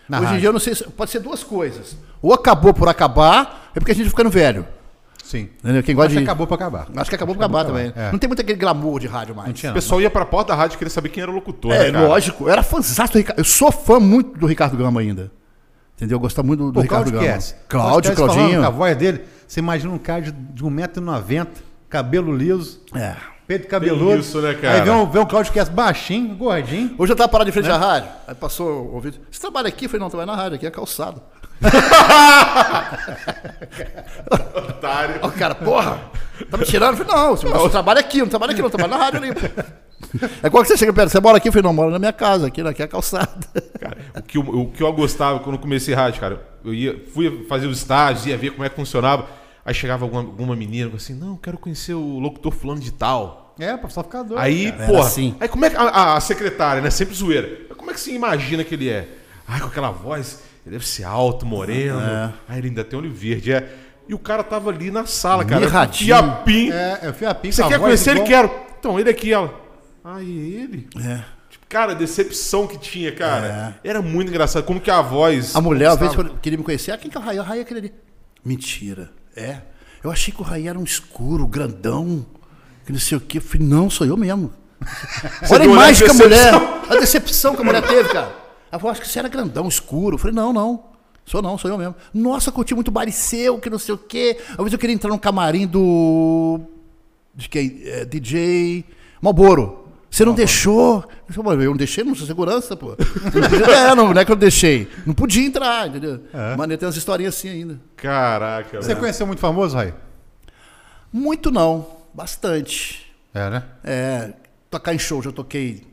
Na Hoje em rádio. dia eu não sei, se- pode ser duas coisas. Ou acabou por acabar, é porque a gente tá ficando velho. Sim. Entendeu? Quem gosta Acho que de- acabou pra acabar. Acho que acabou por acabar acabou. também. É. Não tem muito aquele glamour de rádio mais. Não tinha, O não. pessoal ia pra porta da rádio e queria saber quem era o locutor. É, né, cara? lógico. Eu era fãzaço do Ricardo. Eu sou fã muito do Ricardo Gama ainda. Entendeu? Eu gostava muito do, do É. Pô, Ricardo Cláudio Gama. Kies. Kies Cláudio, tá falando Claudinho. com a voz dele, você imagina um cara de, de 1,90m, cabelo liso, É. peito cabeludo. isso, né, cara? Aí vem um, vem um Cláudio Kies baixinho, gordinho. Hoje eu tava parado de Né? frente à rádio. Aí passou o ouvido. Você trabalha aqui? Eu falei, não, trabalho na rádio, aqui é calçado. Otário. Aí o cara, porra, tá me tirando? Eu falei, não, você você trabalha aqui, eu não trabalho aqui, não, eu trabalho na rádio ali. pô. É igual que você chega perto, você mora aqui? Eu falei, não, eu moro na minha casa, aqui, aqui é calçado. Cara, o, que eu, o que eu gostava quando eu comecei rádio, cara, eu ia, fui fazer os estágios, ia ver como é que funcionava. Aí chegava alguma, alguma menina assim, não, quero conhecer o locutor fulano de tal. É, pra só ficar doido. Aí, cara. Era porra. assim. Aí como é que. A, a- a secretária, né? Sempre zoeira. Mas Como é que você imagina que ele é? Ai, com aquela voz, ele deve ser alto, moreno. É. Ai, ele ainda tem olho verde, é. E o cara tava ali na sala, cara. Mirradinho. E a pim. É, eu fui a pinta. Você quer conhecer ele? Quero. Então, ele aqui, ela. Ai, ele? Tipo, cara, a decepção que tinha, cara. Era muito engraçado. Como que a voz. É. A mulher, às vezes, conquistava. quando queria me conhecer, ah, quem que é o Raí? O Raí é aquele ali. Mentira. É? Eu achei que o Raí era um escuro, grandão, que não sei o quê. Eu falei, não, sou eu mesmo. Olha a deu imagem que olhar de a mulher. decepção. A decepção que a mulher teve, cara. Ela falou, acho que você era grandão, escuro. Eu falei, não, não. Sou não, sou eu mesmo. Nossa, eu curti muito Bariceu, que não sei o quê. Uma vez eu queria entrar num camarim do. De quem? É, DJ. Malboro. Você não deixou. Eu falei, "Mano, eu não deixei, não sou segurança, pô. é, não, não é que eu deixei. Não podia entrar, entendeu? É. Mas tem umas historinhas assim ainda. Caraca, Você velho. conheceu muito famoso, Raí? Muito não, bastante. É, né? É, tocar em show, já toquei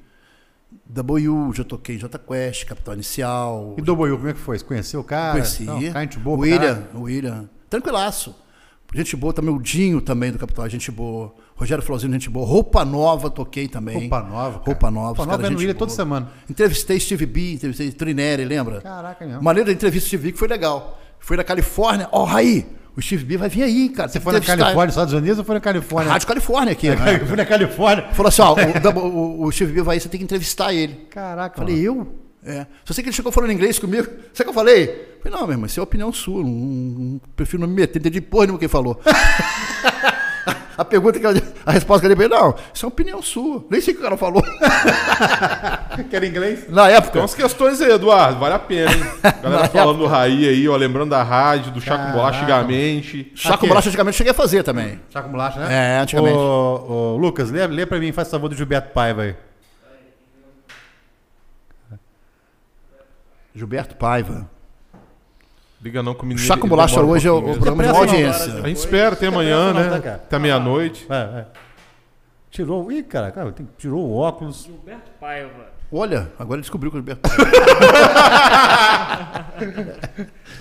W, já toquei J Quest, Capital Inicial. E do Boiú, como é que foi? Você conheceu o cara? Conheci. Não, cara, gente boa pra William, caralho. William. Tranquilaço. Gente boa também, o Dinho também do Capital, é gente boa. Rogério Flauzino, gente boa. Roupa Nova, toquei também. Roupa Nova, cara. Roupa Nova. os Roupa Nova caras, é no gente William boa. toda semana. Entrevistei Steve B, entrevistei Trinelli, lembra? Caraca, mesmo. Maneira da entrevista do Steve B que foi legal. Foi na Califórnia. Ó, Raí, o Steve B vai vir aí, cara. Você foi na Califórnia, É. Estados Unidos ou foi na Califórnia? Rádio Califórnia aqui. né? Eu fui na Califórnia. Falou assim, ó, o, Double- o, o Steve B vai aí, você tem que entrevistar ele. Caraca, Falei, eu? É. Só sei que ele chegou falando inglês comigo. Sabe o que eu falei? Falei, não, meu irmão, isso é opinião sua. Não, não- prefiro não me meter. Não entendi porra nenhuma quem falou. a pergunta que ela, A resposta que ele deu, não, isso é opinião sua. Nem sei o que o cara falou. que era inglês? Então, Na época. Tem umas questões aí, Eduardo. Vale a pena, hein? Galera falando do Raí aí, ó. Lembrando da rádio, do Chaco Bolacha antigamente. Chaco Aqui. Bolacha antigamente eu cheguei a fazer também. Chaco Bolacha, né? né? É, antigamente. Ô, ô, Lucas, lê, lê pra mim, faz favor do Gilberto Paiva aí. Gilberto Paiva. Liga não com o menino. Chaco ele Bolacha demora um hoje é o, pouquinho o mesmo. programa de Não maior tem pressa, não, audiência. A gente espera até amanhã, Não, tá, né? cara. Até meia-noite. Vai, vai. É, Tirou. Ih, cara, cara tem- tirou o óculos. Gilberto Paiva. Olha, agora ele descobriu que o Gilberto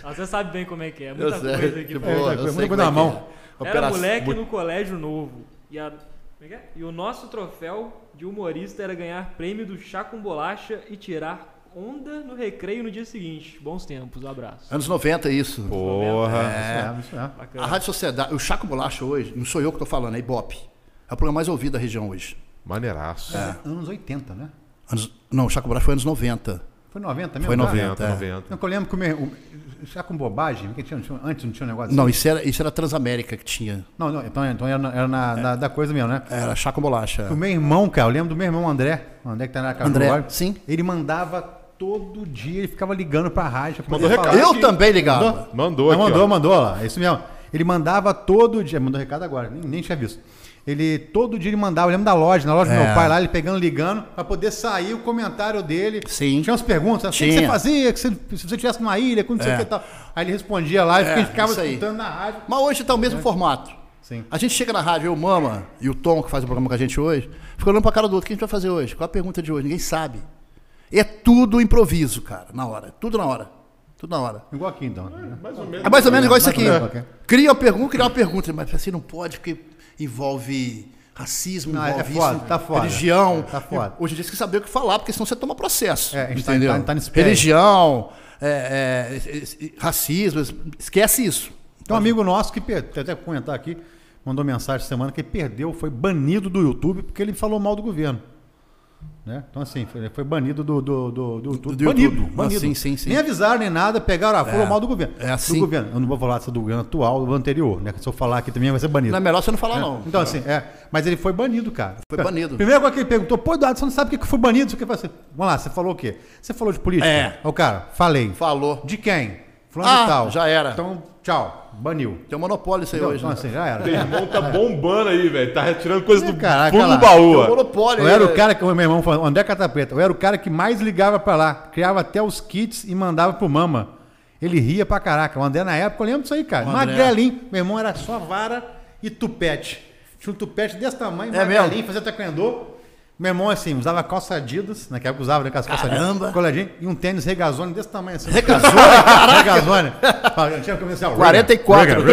Ah, você sabe bem como é que é. Muita Eu sei, coisa aqui. que pra- boa, É, eu muita sei coisa como na é que mão. é. Era Operação- moleque no colégio novo. E, a- como é que é? E o nosso troféu de humorista era ganhar prêmio do chá com bolacha e tirar onda no recreio no dia seguinte. Bons tempos, um abraço. Anos 90 isso. Porra. É, isso é. A Bacana. Rádio Sociedade, o Chaco Bolacha hoje, não sou eu que tô falando, é Ibope. É o programa mais ouvido da região hoje. Maneiraço. Anos 80, né? Anos- não, o Chaco Bolacha foi anos 90. Foi 90 mesmo? Foi tá? 90. 90, é. 90. Não, que eu lembro que o meu. o- Já com bobagem, porque tinha, tinha- antes não tinha um negócio Não, assim. isso era, isso era Transamérica que tinha. Não, não, então, então era, na, era na- na- da coisa mesmo, né? Era Chaco é. Bolacha. O meu irmão, cara, eu lembro do meu irmão André. O André que tá na casa André, agora. sim. Ele mandava todo dia, ele ficava ligando pra rádio. pra Mandou poder recado. falar. Eu que- também ligava. Mandou, mandou Não, aqui, mandou, ó. mandou lá. É isso mesmo. Ele mandava todo dia. Mandou recado agora, nem, nem tinha visto. Ele todo dia ele mandava, eu lembro da loja, na loja do É. meu pai lá, ele pegando, ligando, pra poder sair o comentário dele. Sim. Tinha umas perguntas, o que que Tinha. você fazia? Que você- se você estivesse numa ilha, quando você É. que e tal. Aí ele respondia lá e É, ficava isso aí. escutando na rádio. Mas hoje tá o mesmo formato. Sim. A gente chega na rádio, eu, Mama, e o Tom, que faz o programa com a gente hoje, fica olhando pra cara do outro. O que a gente vai fazer hoje? Qual a pergunta de hoje? Ninguém sabe. É tudo improviso, cara, na hora. Tudo na hora. Tudo na hora. Igual aqui então. né? É mais ou menos igual isso Mais ou aqui. menos, ok. Cria uma pergunta, cria uma pergunta, mas assim não pode, porque envolve racismo, Não, é envolve foda, isso, tá foda. religião. É, tá foda. Hoje em dia você tem que saber o que falar, porque senão você toma processo. É, a gente tá- entendeu? tá- tá nesse pé aí. religião, é, é, es- es- racismo, es- esquece isso. Tem um amigo nosso que per- tem até que comentar aqui, mandou mensagem essa semana que ele perdeu, foi banido do YouTube porque ele falou mal do governo. Né? Então, assim, foi- ele foi banido do, do, do, do YouTube. do banido, YouTube. banido. Ah, sim, sim, sim. Nem avisaram nem nada, pegaram, ah, falou mal do governo. é assim. Do governo. Eu não vou falar se é do governo atual, do anterior, né? Se eu falar aqui também vai ser banido. Não é melhor você não falar, não. Então, assim, é. Mas ele foi banido, cara. Foi banido. Primeiro coisa que ele perguntou, pô, Eduardo, você não sabe o que que foi banido? Você assim, Vamos lá, você falou o quê? Você falou de política? É. Aí o cara, falei. Falou. De quem? Fulano Ah, e tal. já era. Então, tchau. Baniu. Tem um monopólio isso aí Entendeu? hoje. Então, né? assim, já era. Meu irmão tá bombando aí, velho. Tá retirando coisa Ih, do caraca, fundo lá. do baú. Tem um ó. monopólio Eu aí, era o né? cara que o meu irmão falou, André Catapeta, eu era o cara que mais ligava pra lá, criava até os kits e mandava pro mama. Ele ria pra caraca. O André na época, eu lembro disso aí, cara. O André. Magrelinho, meu irmão era só vara e tupete. Tinha um tupete desse tamanho, É mesmo? fazia taekwondo. Meu irmão, assim, usava calça Adidas, naquela época usava né, aquelas calças Caramba! Adidas, coladinho, e um tênis regazone desse tamanho, assim. Regazone? regazone. Fala, Tinha comercial. 44. Não,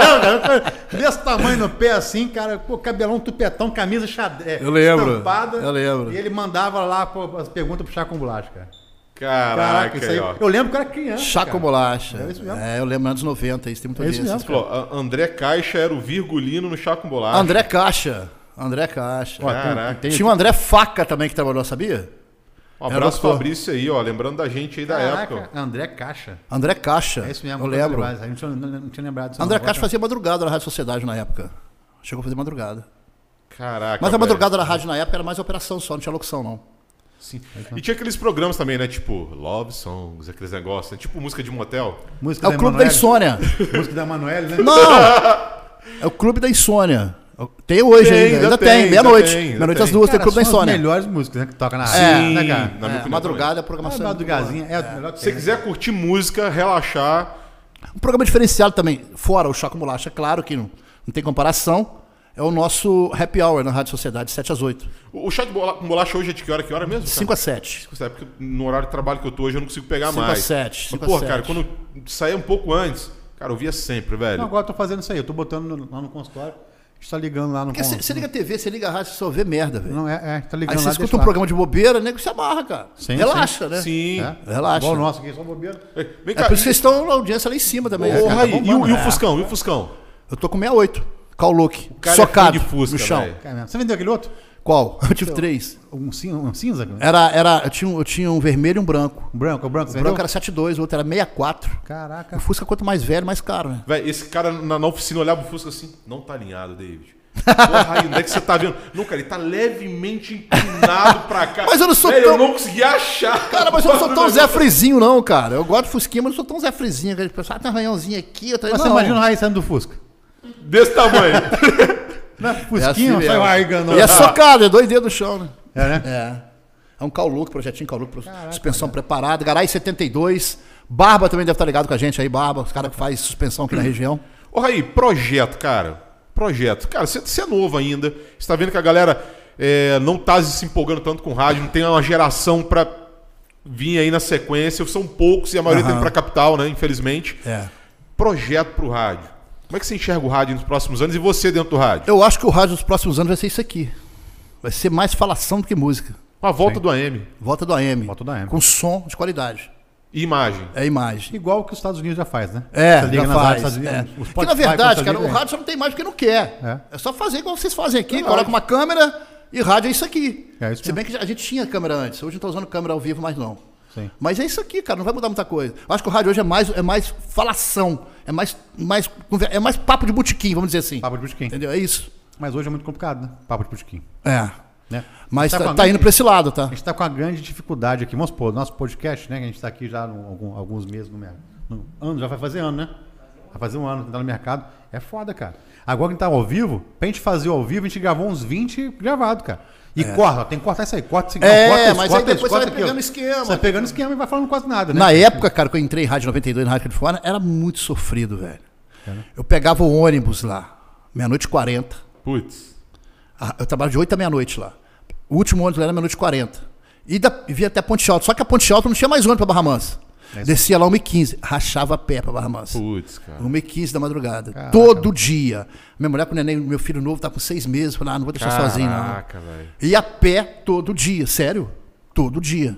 não, não. Desse tamanho no pé, assim, cara, pô, cabelão, tupetão, camisa xadrez. Eu lembro, Estampada, eu lembro. E ele mandava lá pô, as perguntas pro Chá com Bulacha, cara. Caraca, isso aí, aí. ó. Eu lembro que eu era criança. Chá com cara. bolacha. É isso mesmo. É, eu lembro anos 90, isso tem muito É isso Você mesmo. falou, a- André Caixa era o virgulino no chá com bolacha. André Caixa. André Caixa. Ó, tem- Caraca. tem- Tinha o André Faca também que trabalhou, sabia? Um Era o abraço ator. Fabrício aí, ó. Lembrando da gente aí da Caraca, época. André Caixa. André Caixa. É isso mesmo. Eu coisa lembro. demais. Aí Não tinha, não, não tinha lembrado disso. André não. Caixa fazia madrugada na Rádio Sociedade na época. Chegou a fazer madrugada. Caraca. Mas Tá a velho. madrugada da rádio na época era mais operação só, não tinha locução, não. Sim. É E tinha aqueles programas também, né? Tipo, Love Songs, aqueles negócios, né? Tipo música de motel. Música É o da Clube da Emanuele. né? Insônia. Música da Emanuele, né? Não! É o Clube da Insônia. Tem hoje Tem, ainda. ainda Ainda tem, tem, ainda meia-noite. tem, ainda Meia-noite tem. às duas tem o Cara, Clube da são as Insônia. melhores músicas né, que toca na rádio, É, né, cara? na minha É, opinião madrugada, Mas programação. madrugazinha é, a melhor que Se você tem. quiser curtir música, relaxar, Um programa diferenciado também, fora o Chá com Bolacha, claro que não, não tem comparação, é o nosso happy hour na Rádio Sociedade, 7 às 8. Tá. O o chá de bola- com bolacha hoje é de que hora que hora mesmo? 5 às 7. Sabe porque no horário de trabalho que eu tô hoje eu não consigo pegar Cinco mais. às sete, Mas, cinco porra, às cara, sete. quando eu saía um pouco antes, cara, eu via sempre, velho. Não, agora eu tô fazendo isso aí. Eu tô botando no- lá no consultório. A gente tá ligando lá no Porque con- você liga a TV, você liga a rádio, você só vê merda, velho. Não, é, é, tá ligando Aí você lá, escuta deixa um lá. programa de bobeira, o nego se amarra, cara. Sim, Relaxa, né? Sim. É? Relaxa. Igual o nosso aqui, só bobeira. É, Vem É cá. por isso que vocês estão na audiência lá em cima também. Ô, né, cara? Raí, Tá e, o, bombando. e o Fuscão? E o Fuscão? Eu tô com 68. Call look. cara é Socado. fã de Fusca, no chão. velho. Cara, mesmo. Você vendeu aquele outro? Qual? Eu tive três. Um, cin- um cinza? cara? Era, era, eu, tinha, um- eu tinha um vermelho e um branco. Um branco, o branco. O você branco vendeu? era assim. 72, o outro era 64. Caraca. O Fusca, quanto mais velho, mais caro, né? Velho, esse cara na, na oficina olhava o Fusca assim, não tá alinhado, David. Porra, Raí, onde é que você tá vendo? Não, cara, ele tá levemente inclinado pra cá. Mas eu não sou Velho, tão- Eu não consegui achar. Cara, mas eu não sou tão Zé Frizinho, não, cara. Eu gosto de Fusquinha, mas não sou tão Zé Frizinho. Aquele pessoal, ah, tem um arranhãozinho aqui, outra Mas não. você imagina o Raí saindo do Fusca. Desse tamanho. Não é É assim Fusquinha, mesmo. sai o argando. E é socado, é dois dedos no chão, né? É, né? É. É um cauluco, projetinho cauluco, suspensão preparada. Garay 72. Barba também deve estar ligado com a gente aí, Barba. Os caras que faz suspensão Hum. aqui na região. Ô, Raí, projeto, cara. Projeto. Cara, você- você é novo ainda. Você tá vendo que a galera é, não tá se empolgando tanto com rádio, não tem uma geração pra vir aí na sequência. São poucos e a maioria tá indo pra capital, né? Infelizmente. É. Projeto pro rádio. Como é que você enxerga o rádio nos próximos anos e você dentro do rádio? Eu acho que o rádio nos próximos anos vai ser isso aqui. Vai ser mais falação do que música. Uma volta do AM Volta do AM. Volta do AM. Com som de qualidade. e imagem. É imagem. Igual o que os Estados Unidos já faz, né? É, Você liga já nas faz. rádios dos é. Estados Unidos, os Spotify Porque, na dos verdade, Estados cara, o Unidos, rádio só não tem mais porque não quer. É, É. só fazer igual vocês fazem aqui, Verdade. coloca uma câmera e rádio é isso aqui. É isso Se mesmo. bem que a gente tinha câmera antes, hoje não tá usando câmera ao vivo mais não. Sim. Mas é isso aqui, cara, não vai mudar muita coisa. Eu acho que o rádio hoje é mais, é mais falação, é mais, mais, conver- é mais papo de botequim, vamos dizer assim. Papo de Butiquim. Entendeu? É isso. Mas hoje é muito complicado, né? Papo de Butiquim. É. Né? Mas Tá tá, com tá a- indo pra esse lado, tá? A gente está com uma grande dificuldade aqui. Vamos supor, nosso podcast, né? Que a gente está aqui já há alguns meses no mercado. No ano, já vai fazer ano, né? Vai fazer um ano que tá no mercado. É foda, cara. Agora que tá ao vivo, pra gente fazer ao vivo, a gente gravou uns 20 gravado, cara. E corta, ó, tem que cortar isso aí, corta isso aqui, É, corta isso, mas aí corta depois isso, você corta vai aquilo. pegando esquema. né? é Você vai pegando esquema e vai falando quase nada, né? Na época, cara, que eu entrei em Rádio 92 na Rádio Califórnia, era muito sofrido, velho. Eu pegava o ônibus lá, meia-noite e 40. Putz. Ah, Eu trabalhava de 8 à meia-noite lá. O último ônibus lá era meia-noite e 40. E da, e via até Ponte Alta. Só que a Ponte Alta não tinha mais ônibus pra Barra Mansa. Descia lá 1h15, rachava a pé pra Barra Mansa. Putz, cara. 1h15 da madrugada. Todo dia. Minha mulher com o neném, meu filho novo, tá com seis meses. Falei, ah, não vou deixar sozinho, não. Caraca, velho. Ia a pé todo dia, sério. Todo dia.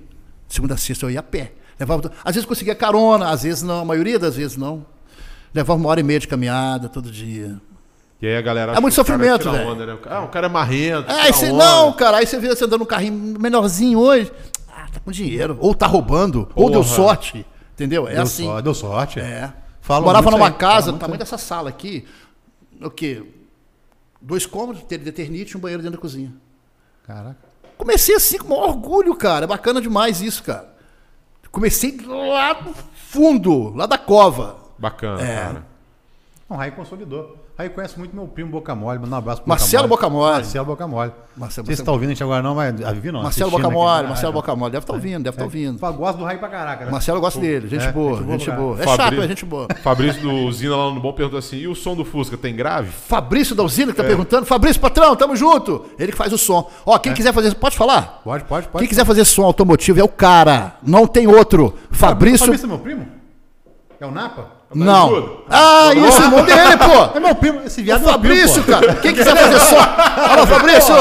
Segunda a sexta eu ia a pé. Levava, às vezes conseguia carona, às vezes não, a maioria das vezes não. Levava uma hora e meia de caminhada todo dia. E aí a galera. É muito acha que o cara sofrimento, tira velho. onda, né? O cara- Ah, o cara é marrento. É, tira aí você, onda. não, cara, aí você vê você andando num carrinho menorzinho hoje. Ah, tá com dinheiro. Ou tá roubando, ou deu Porra. sorte. Entendeu? É Deu, assim. só- deu sorte. É. Falam Morava muito numa aí, casa, tá falam do muito tamanho aí. dessa sala aqui, o quê? Dois cômodos, ter eternite e um banheiro dentro da cozinha. Caraca. Comecei assim com o maior orgulho, cara. É bacana demais isso, cara. Comecei lá do fundo, lá da cova. Bacana, É. cara. Não, Raí consolidou. Raí conhece muito meu primo Bocamole, manda um abraço pro Marcelo Bocamole. Marcelo Bocamole. Marcelo Vocês Bocamole. estão tá ouvindo a gente agora não, mas a Vivi não. Marcelo assistindo Bocamole, aqui. Marcelo Ah, tá. Bocamole. Deve estar ouvindo, deve estar ouvindo. Fala, Gosto do Raí pra caraca, né? Marcelo gosta dele, gente É, boa, gente boa, gente cara. boa. É chato, Fabrício- mas gente boa. Fabrício do Zina lá no Bom perguntou assim: e o som do Fusca tem grave? Fabrício da usina É. que tá perguntando. Fabrício, patrão, tamo junto. Ele que faz o som. Ó, quem quiser fazer, pode falar? É. Pode, pode, pode. Quem quiser fazer som automotivo é o cara. Não tem outro. Fabrício. Fabrício é meu primo? É o Napa? Não. Ajuda. Ah, isso, irmão dele, É pô. meu primo, esse Tá É viado é meu Fabrício, primo, pô. cara. Quem quiser fazer som. Fala, Fabrício.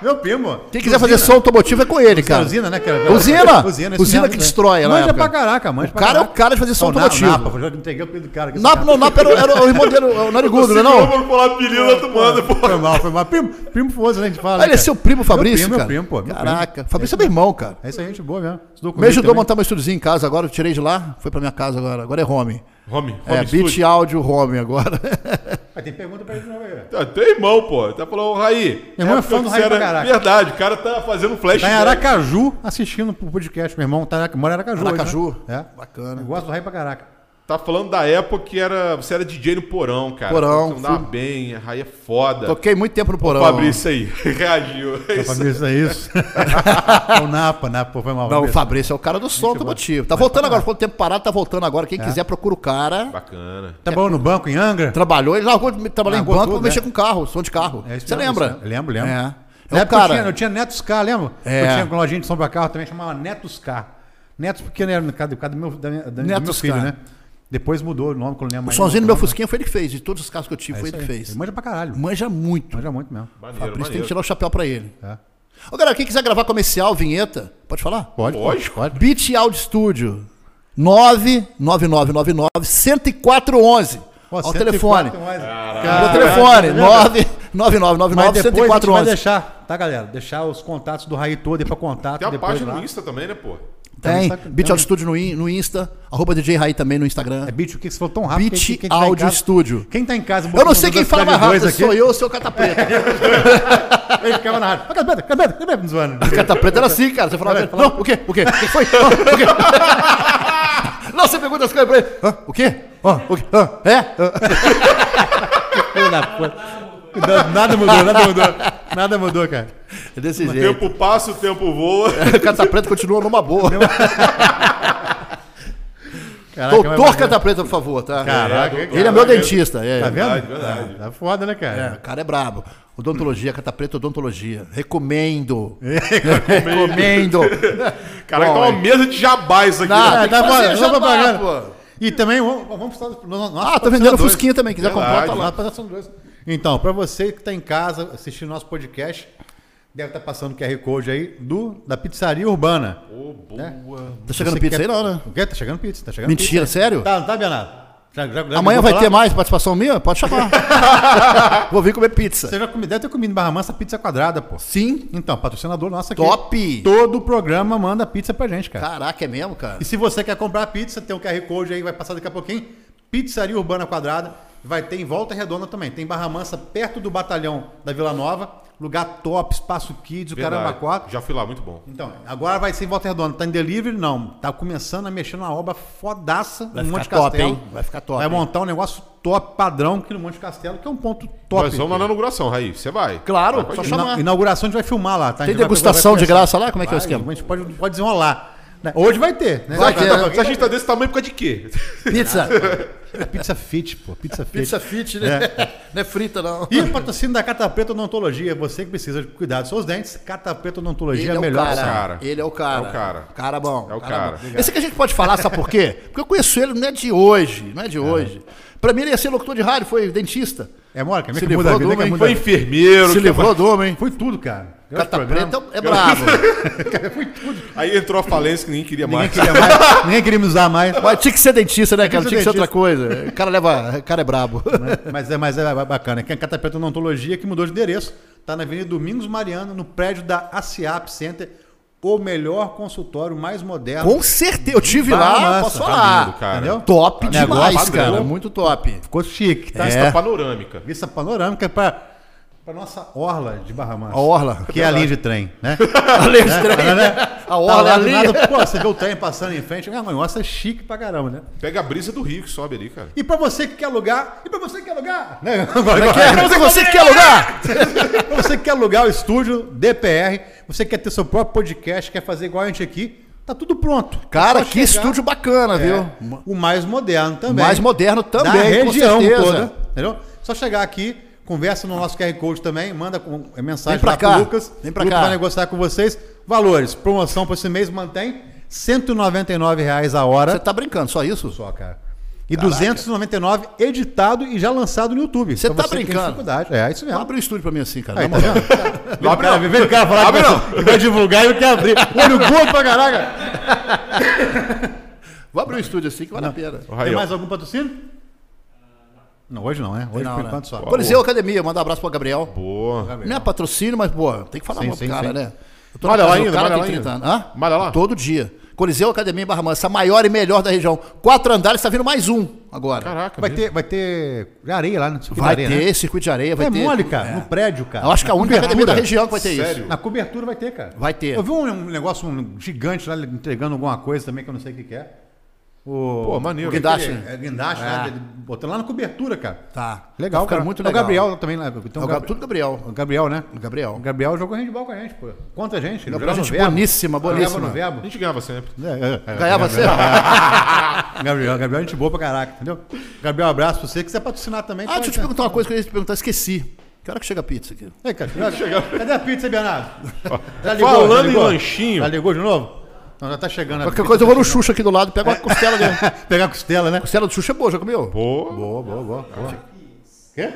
Meu primo. Quem quiser fazer som automotivo é com ele, cara. Usina, né, cara? Usina? Usina, esse Usina mesmo, que né? destrói lá na Manja época. pra caraca, manja O pra cara é o caraca. cara de fazer som Ó, Na- automotivo. Napa, eu já entreguei o apelido do cara. aqui, Napa, esse não, cara. Napa era, o- era o irmão dele, o narigudo, né, não? É, Vamos pular pilha, tu manda, pô. Foi mal, foi mal. Primo, primo foda, né? A gente fala. né, Ah, ele é cara? seu primo, Fabrício, Meu cara. primo, meu primo, pô. meu Caraca, primo. Fabrício é meu irmão, cara. É isso aí, gente boa mesmo. Estudou Me comigo ajudou a também. montar meu estúdiozinho em casa agora, eu tirei de lá, foi pra minha casa agora, agora é home. Home, home É, studio. beat áudio home agora. Ah, tem pergunta pra ele de novo aí, velho. Ah, teu irmão, pô. Até falou, ô, Raí. Meu irmão é época fã do que Raí você pra era- caraca. Verdade, o cara tá fazendo flash. Tá em Aracaju assistindo pro podcast, meu irmão. Tá, mora em Aracaju. Aracaju. hoje, né? É. Bacana. Eu gosto do raio pra caraca. Tá falando da época que era, você era DJ no porão, cara. Porão, Você andava fui- bem, a Raí é foda. Toquei muito tempo no porão. Ô, Fabrício aí, reagiu. Pra Fabrício é isso. É o Napa, Napa, pô, foi mal. Não, o Fabrício. Fabrício é o cara do som automotivo. Tá voltando agora, foi um tempo parado, tá voltando agora. É. Quem quiser, procura o cara. é Bacana. Trabalhou Tá no banco em Angra? Trabalhou, ele largou, de- trabalhou Largou em banco, tudo, mexer né? com carro, som de carro. É isso Você mesmo, lembra? isso mesmo. Lembro, lembro. É. Na É o época eu, tinha, eu cara. tinha Netos K, lembra? É. Eu tinha uma lojinha de som pra carro também, chamava Netos K. Netos porque era no caso, por causa do meu, da minha- da- do meu Netos filho, K. né? Depois mudou o nome, quando eu lembro O mais. somzinho do meu nome. Fusquinha foi ele que fez, de todos os carros que eu tive, É foi isso ele que aí. fez. Ele manja pra caralho. Manja muito. Manja muito mesmo. Maneiro, Fabrício tem maneiro. que tirar o chapéu pra ele. É. Ô, galera, quem quiser gravar comercial, vinheta, pode falar? Pode, Lógico. pode. Beat Audio Studio 99999 104111. Ó, o telefone. Cara, O telefone Mas 99999 depois a gente vai 104111. deixar, tá, galera? Deixar os contatos do Raí todo aí pra contato. Tem a depois página lá. no Insta também, né, pô? Tem, Tem tá- Beat tem. Audio Studio no, in- no Insta, arroba DJ Raí também no Instagram. É beat, o que que você falou tão rápido? Beat que- que- quem tá em Audio casa- Studio. Quem tá em casa... Eu não botando sei quem dois fala mais dois rápido, aqui, sou eu ou seu Cata Preta. Ele ficava na rádio. Ó, Cadê o Beto? Cadê o Beto? Cadê o Beto? Me zoando. Cata Preta era assim, cara. Você falava, Fala- não, o quê? O quê? O que foi? Hã? o quê? Não, você pergunta as coisas pra ele. Hã? o quê? Hã? o quê? Hã? é? Hã? Filho da puta. Nada- Nada mudou, nada mudou. Nada mudou, cara. É desse O jeito. tempo passa, o tempo voa. É, O Cata Preta continua numa boa. Caraca, mas Doutor bacana. Cata Preta, por favor, tá? Caraca, É, Ele é meu dentista. É. Tá vendo? Verdade, verdade. Tá, tá foda, né, É, o cara? cara é brabo. Odontologia, Cata Preta Odontologia. Recomendo. Recomendo. Caraca, tá uma mesa de jabá isso aqui. Nada. né? Ah, tá fazer bom, jabá, só propaganda. pô. E também vamos, vamos para os nossos Ah, tá vendendo patrocinadores. Fusquinha também. Quiser comprar, tá Verdade. lá. Lá para os nossos Então, para você que está em casa assistindo nosso podcast, deve estar passando o QR Code aí do, da Pizzaria Urbana. Ô, boa. Tá chegando Você pizza quer- aí não, né? O quê? Tá chegando pizza, tá chegando Mentira, sério? pizza. Tá, não tá, Bernardo? Já- já- já Amanhã ligou vai pra ter lá? mais participação minha? Pode chamar. Vou vir comer pizza. Você já come, deve ter comido em Barra Mansa pizza quadrada, pô. Sim. Então, patrocinador nosso aqui. Top. Todo o programa manda pizza pra gente, cara. Caraca, é mesmo, cara? E se você quer comprar pizza, tem um QR Code aí, vai passar daqui a pouquinho. Pizzaria Urbana Quadrada. Vai ter em Volta Redonda também. Tem Barra Mansa, perto do batalhão da Vila Nova. lugar top, espaço kids, o caramba quatro. Já fui lá, muito bom. Então, agora vai ser em Volta Redonda. Tá em delivery? Não. Tá começando a mexer numa obra fodaça Vai no ficar Monte top, Castelo. hein? Vai ficar top, Vai hein? montar um negócio top, padrão, que no Monte Castelo, que é um ponto top. Nós vamos lá na inauguração, Raí. Você vai. Claro, Vai, só pode ir. chama- Ina- inauguração a gente vai filmar lá, tá? A Tem gente vai- degustação vai de conversar. graça lá? Como é que é o Vai, esquema? A gente pode, pode desenrolar. né? Hoje vai ter, né? Vai ter, Tá- né? Se a gente tá desse tamanho por causa de quê? Pizza. Pizza fit, pô. Pizza fit. Pizza fit, né? Não é frita, não. E o patrocínio da Cata Preta Odontologia. é Você que precisa de cuidar dos seus dentes, Cata Preta Odontologia é a melhor opção. cara. Ele é o cara. É o cara. bom. É o cara. bom. Esse que a gente pode falar, sabe por quê? Porque eu conheço ele, não é de hoje. Não é de hoje. Pra mim, ele ia ser locutor de rádio, foi dentista. É, Mora, que é Se que muda a vida, livrou de uma, que hein? muda a Foi vida. enfermeiro. Se que foi- livrou do homem, hein? Foi tudo, cara. Grande Cata programa. preta é bravo. Aí entrou a falência que ninguém queria Ninguém mais. queria mais, ninguém queria me usar mais. Mas tinha que ser dentista, né, cara? ser Tinha que ser outra dentista. coisa. O cara leva. O cara é brabo. Mas é, mas é bacana. Aqui é a Cata Preta Odontologia que mudou de endereço. Está na Avenida Domingos Mariano, no prédio da ACIAP Center. O melhor consultório mais moderno. Com certeza. Eu tive Vai, lá, massa, posso tá falar. lindo, cara. Entendeu? Top Negócio demais, padrão. cara. Muito top. Ficou chique, É. tá? Vista panorâmica. Vista panorâmica para a nossa orla de Barra Mansa. A orla. É, Que é a linha de trem, né? A linha de Né? trem. Ela, né? A orla, lá a do linha. nada, pô, você vê o trem passando em frente. Ah, mas nossa, é chique pra caramba, né? Pega a brisa do rio que sobe ali, cara. E pra você que quer alugar, e pra você que quer alugar, né? Mas é você que quer alugar? Pra você que quer alugar o estúdio DPR, você quer ter seu próprio podcast, quer fazer igual a gente aqui, tá tudo pronto. Cara, É só que chegar. estúdio bacana, viu? É, o mais moderno também. Mais moderno também, da região com certeza. toda, entendeu? Só chegar aqui, conversa no nosso QR Code também, manda com- é, mensagem Vem pra lá cá, pro Lucas. vem pra o Lucas cá. vai negociar com vocês. Valores, promoção para esse mês mantém R$ 199 reais a hora. Você tá brincando, só isso? Só, cara. E 299 editado e já lançado no YouTube. Você Pra tá que tem brincando? dificuldade. É, isso mesmo. Abre o estúdio pra mim assim, cara. Aí, Na tá moral. vendo? Vem o abre cara- não. Vem o cara falar Abre que não. vai- vai divulgar e eu quero abrir. Olho gordo pra caraca. Vou abrir o estúdio assim que vale a pena. Tem Ô, Raí, ó. mais algum patrocínio? Não, hoje não, é? Hoje Não, por né? enquanto só. Coliseu Academia, mandar um abraço pro Gabriel. Boa. Não é patrocínio, mas, pô, tem que falar Sim, mal pro sim, cara, sim. né? Eu Malha na lá casa do ainda, cara malha tem lá 30 ainda. anos. Hã? Malha lá? Todo dia. Coliseu Academia em Barra Mansa, a maior e melhor da região. Quatro andares, tá vindo mais um agora. Caraca, Vai mesmo. ter, vai ter areia lá no circuito vai de areia, ter né? circuito de areia, vai é ter. mole, cara. É. No prédio, cara. Eu acho que é a Na única academia da cobertura. região que vai ter Sério? isso. Na cobertura vai ter, cara. Vai ter. Eu vi um, um negócio um gigante lá entregando alguma coisa também que eu não sei o que, que é. O, Pô, maneiro. O guindaste. É, é guindaste, né? Ele Botando lá na cobertura, cara. Tá. Legal, tá ficando cara. muito É legal. O Gabriel também lá. Então, É o Gab- Tudo Gabriel. O Gabriel, né? Gabriel. é O Gabriel jogou handball com a gente, pô. Quanta gente. Ele Gabriel, é jogava no gente né? Verbo. boníssima, boníssima. Ah, Jogava no verbo. A gente ganhava sempre. É, é, é. Ganhava você? Gabriel, Gabriel, é gente boa pra caraca, entendeu? Gabriel, abraço pra você. Quiser patrocinar também, tá? Ah, deixa eu te perguntar uma coisa que eu ia te perguntar, esqueci. Que hora que chega a pizza aqui? Ei, cara, cadê a pizza, Bernardo? Já já Falando em lanchinho. Já ligou de novo? Não, já tá chegando. a Qualquer pizza, coisa eu vou no tá chegando. Xuxa aqui do lado, pego uma costela dele. Pegar a costela, né? Costela do Xuxa é boa, já comeu? Boa. Boa, boa, boa. boa. Quê?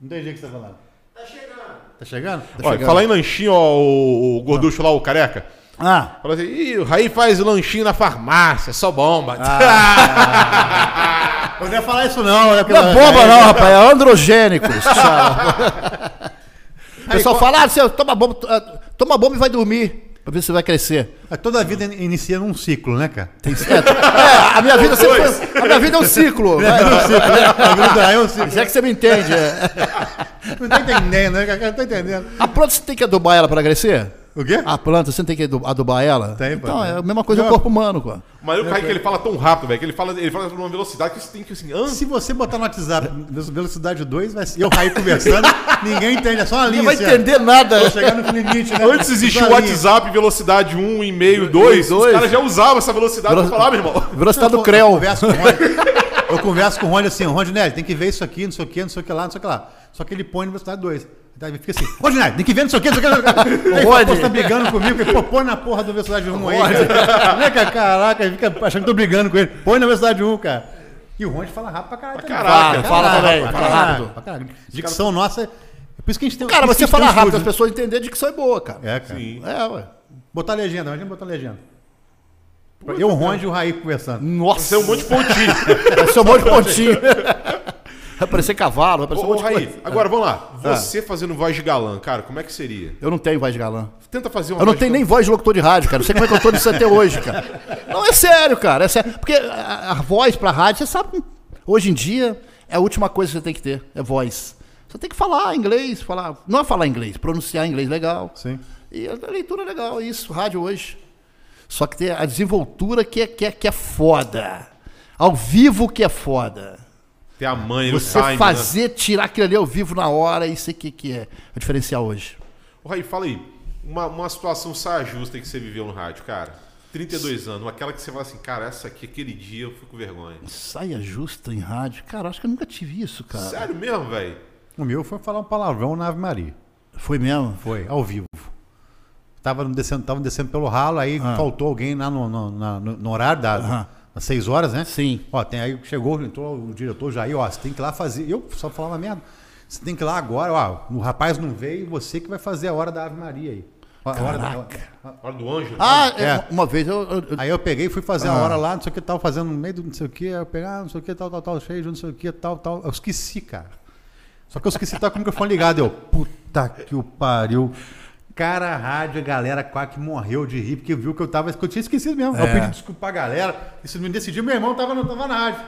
Não entendi o que você tá falando. Tá chegando. Tá chegando? Olha, falar em lanchinho, ó, o, o gorducho lá, o careca. Ah, Fala assim, Ih, o Raí faz lanchinho na farmácia, é só bomba. Ah. eu não ia falar isso não. Né? Não é bomba não, rapaz, é androgênico. isso chama. O Aí, pessoal qual- fala, ah, você toma bomba, ah, toma bomba e vai dormir, pra ver se você vai crescer. É, Toda a vida in- inicia num ciclo, né, cara? Tem que- É, a minha vida sempre foi, a minha vida é um ciclo. É um ciclo, né? A vida é um ciclo. Se é que você me entende. é. Não tá entendendo, né, cara? Não tá entendendo. A planta você tem que adubar ela para crescer? O quê? A planta você não tem que adu- adubar ela? Tem, pô. Então, é a mesma coisa do Não. corpo humano, pô. Mas o Raí que ele fala tão rápido, velho, que ele fala, ele fala numa velocidade que você tem que assim, ah, Se você botar no WhatsApp velocidade 2, vai ser. Eu caí conversando, ninguém entende, é só uma linha. Não vai assim, ó. entender nada. Tô chegando no limite, né? Antes existia o Só uma linha. WhatsApp velocidade 1, e meio, 2. Os Um dois. caras já usavam essa velocidade Velo- pra falar, meu irmão. Velocidade Eu do con- Eu creu. converso com o Rony. Eu converso com o Rony assim, Rony Nelly, tem que ver isso aqui, não sei o que, não sei o que lá, não sei o que lá. Só que ele põe na velocidade 2. Aí fica assim, Rony Nelly, tem que ver não sei o que, não sei o que. Aí Rony. fala, pô, você tá brigando comigo, porque, pô, põe na porra da velocidade 1 aí. Cara. Né, cara? Caraca, ele fica achando que tô brigando com ele. Põe na velocidade 1, cara. E o Rony fala rápido pra caralho. também. caraca, fala também, pra fala caralho, rápido. pra caralho. Dicção nossa é... é Por isso que a gente tem Cara, por isso que você a falar gente tem um rápido, as estúdio, pessoas entenderem de que isso é boa, cara. né? É, cara. Sim. É, ué. Botar legenda, imagina botar legenda. Eu, o Rony e o Raí conversando. Isso é Nossa, um monte de pontinho. vai ser um monte de pontinho. Vai parecer cavalo, vai parecer um Ô, ô monte de Raí, coisa. Ah. agora vamos lá. Você fazendo voz de galã, cara, como é que seria? Eu não tenho voz de galã. Tenta fazer uma Eu não voz de tenho galã. nem voz de locutor de rádio, cara. Não sei como é que eu tô nisso até hoje, cara. Não, é sério, cara. É sério. Porque a, a voz pra rádio, você sabe, hoje em dia, é a última coisa que você tem que ter. É voz. Você Você tem que falar inglês, falar. Não é falar inglês, pronunciar inglês legal. Sim. E a leitura é legal, isso, rádio hoje. Só que tem a desenvoltura que é, que é, que é foda. Ao vivo que é foda. Tem a mãe, no Você time, né? fazer, tirar aquilo ali ao vivo na hora, isso aqui que é o diferencial hoje. Ô, Raí, fala aí. Uma, uma situação sajusta que você viveu no rádio, cara. 32 anos, aquela que você fala assim, cara, essa aqui, aquele dia eu fico com vergonha. Saia justa em rádio. Cara, acho que eu nunca tive isso, cara. Sério mesmo, velho? O meu foi falar um palavrão na Ave Maria. Foi mesmo? Foi, ao vivo. Tava no descendo, tava descendo pelo ralo, aí Ah. faltou alguém lá no, no- na- no- no horário da, Aham. das seis horas, né? Sim. Ó, tem aí, chegou, entrou o diretor Jair, ó, você tem que ir lá fazer. Eu só falava merda. Você tem que ir lá agora, ó. O rapaz não veio, você que vai fazer a hora da Ave Maria aí. Ó, A hora da, Caraca. Hora do anjo. Ah, É. é, uma vez eu. eu- eu- Aí eu peguei e fui fazer a Ah. hora lá, não sei o que, tava fazendo no meio do não sei o que, aí eu pegar, não sei o que, tal, tal, tal, cheio, não sei o que, tal, tal. Eu esqueci, cara. Só que eu esqueci, tava com o microfone ligado. Eu, puta que o pariu. Cara, a rádio, a galera quase que morreu de rir, porque viu que eu tava, que eu tinha esquecido mesmo. Eu É. pedi desculpa pra galera, e se não me decidiu, meu irmão tava, no- tava na rádio.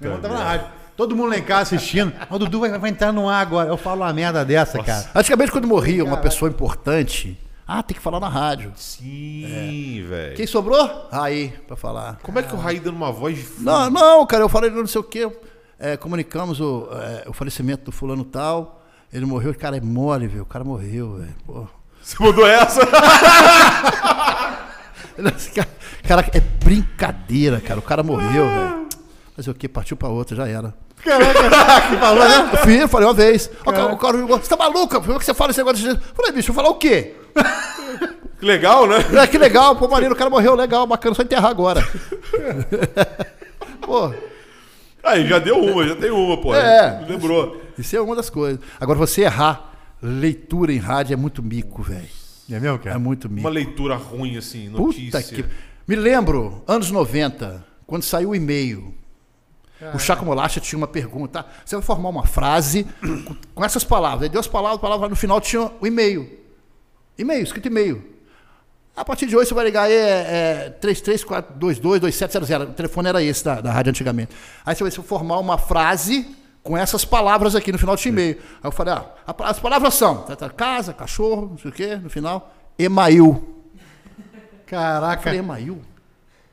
Meu irmão tava na rádio. Todo mundo lá em casa assistindo. Ó, O Dudu vai, vai entrar no ar agora. Eu falo uma merda dessa, cara. Antigamente, quando morria uma pessoa importante, ah, tem que falar na rádio. É. Sim, velho. Quem sobrou? Aí, pra falar. Como é que o Raí dando uma voz de fundo? Não, não, cara, eu falei não sei o quê. é, comunicamos o, é, o falecimento do fulano tal. Ele morreu, cara, é mole, velho. O cara morreu, velho. pô. Você mudou essa? Esse Cara, cara, é brincadeira, cara. O cara morreu, Ah. velho. Mas o que? Partiu pra outra, já era. Caraca, que falou, né? Eu fui, eu falei uma vez. Ó, cara, O cara ligou, você tá maluco? Como é que você fala esse negócio de jeito? Eu Falei, bicho, eu vou falar o quê? Que legal, né? Ah, que legal, pô, maneiro, o cara morreu, legal, bacana, só enterrar agora. pô, Aí, já deu uma, já tem uma, pô. É. Lembrou. isso é uma das coisas. Agora, você errar leitura em rádio é muito mico, velho. É mesmo, É cara? muito Uma mico. leitura ruim, assim, notícia. Puta que... Me lembro, anos 90, quando saiu o e-mail. O Chaco Molacha tinha uma pergunta. ah, Você vai formar uma frase com- com essas palavras. Aí deu as palavras, palavras, no final tinha o e-mail. E-mail, escrito e-mail. A partir de hoje você vai ligar aí, é, é 33422700. O telefone era esse da, da rádio antigamente. Aí você vai se formar uma frase com essas palavras aqui no final tinha e-mail. Aí eu falei, ah, a pa- as palavras são tá, tá, casa, cachorro, não sei o quê, no final, email. Eu Caraca. falei, Email?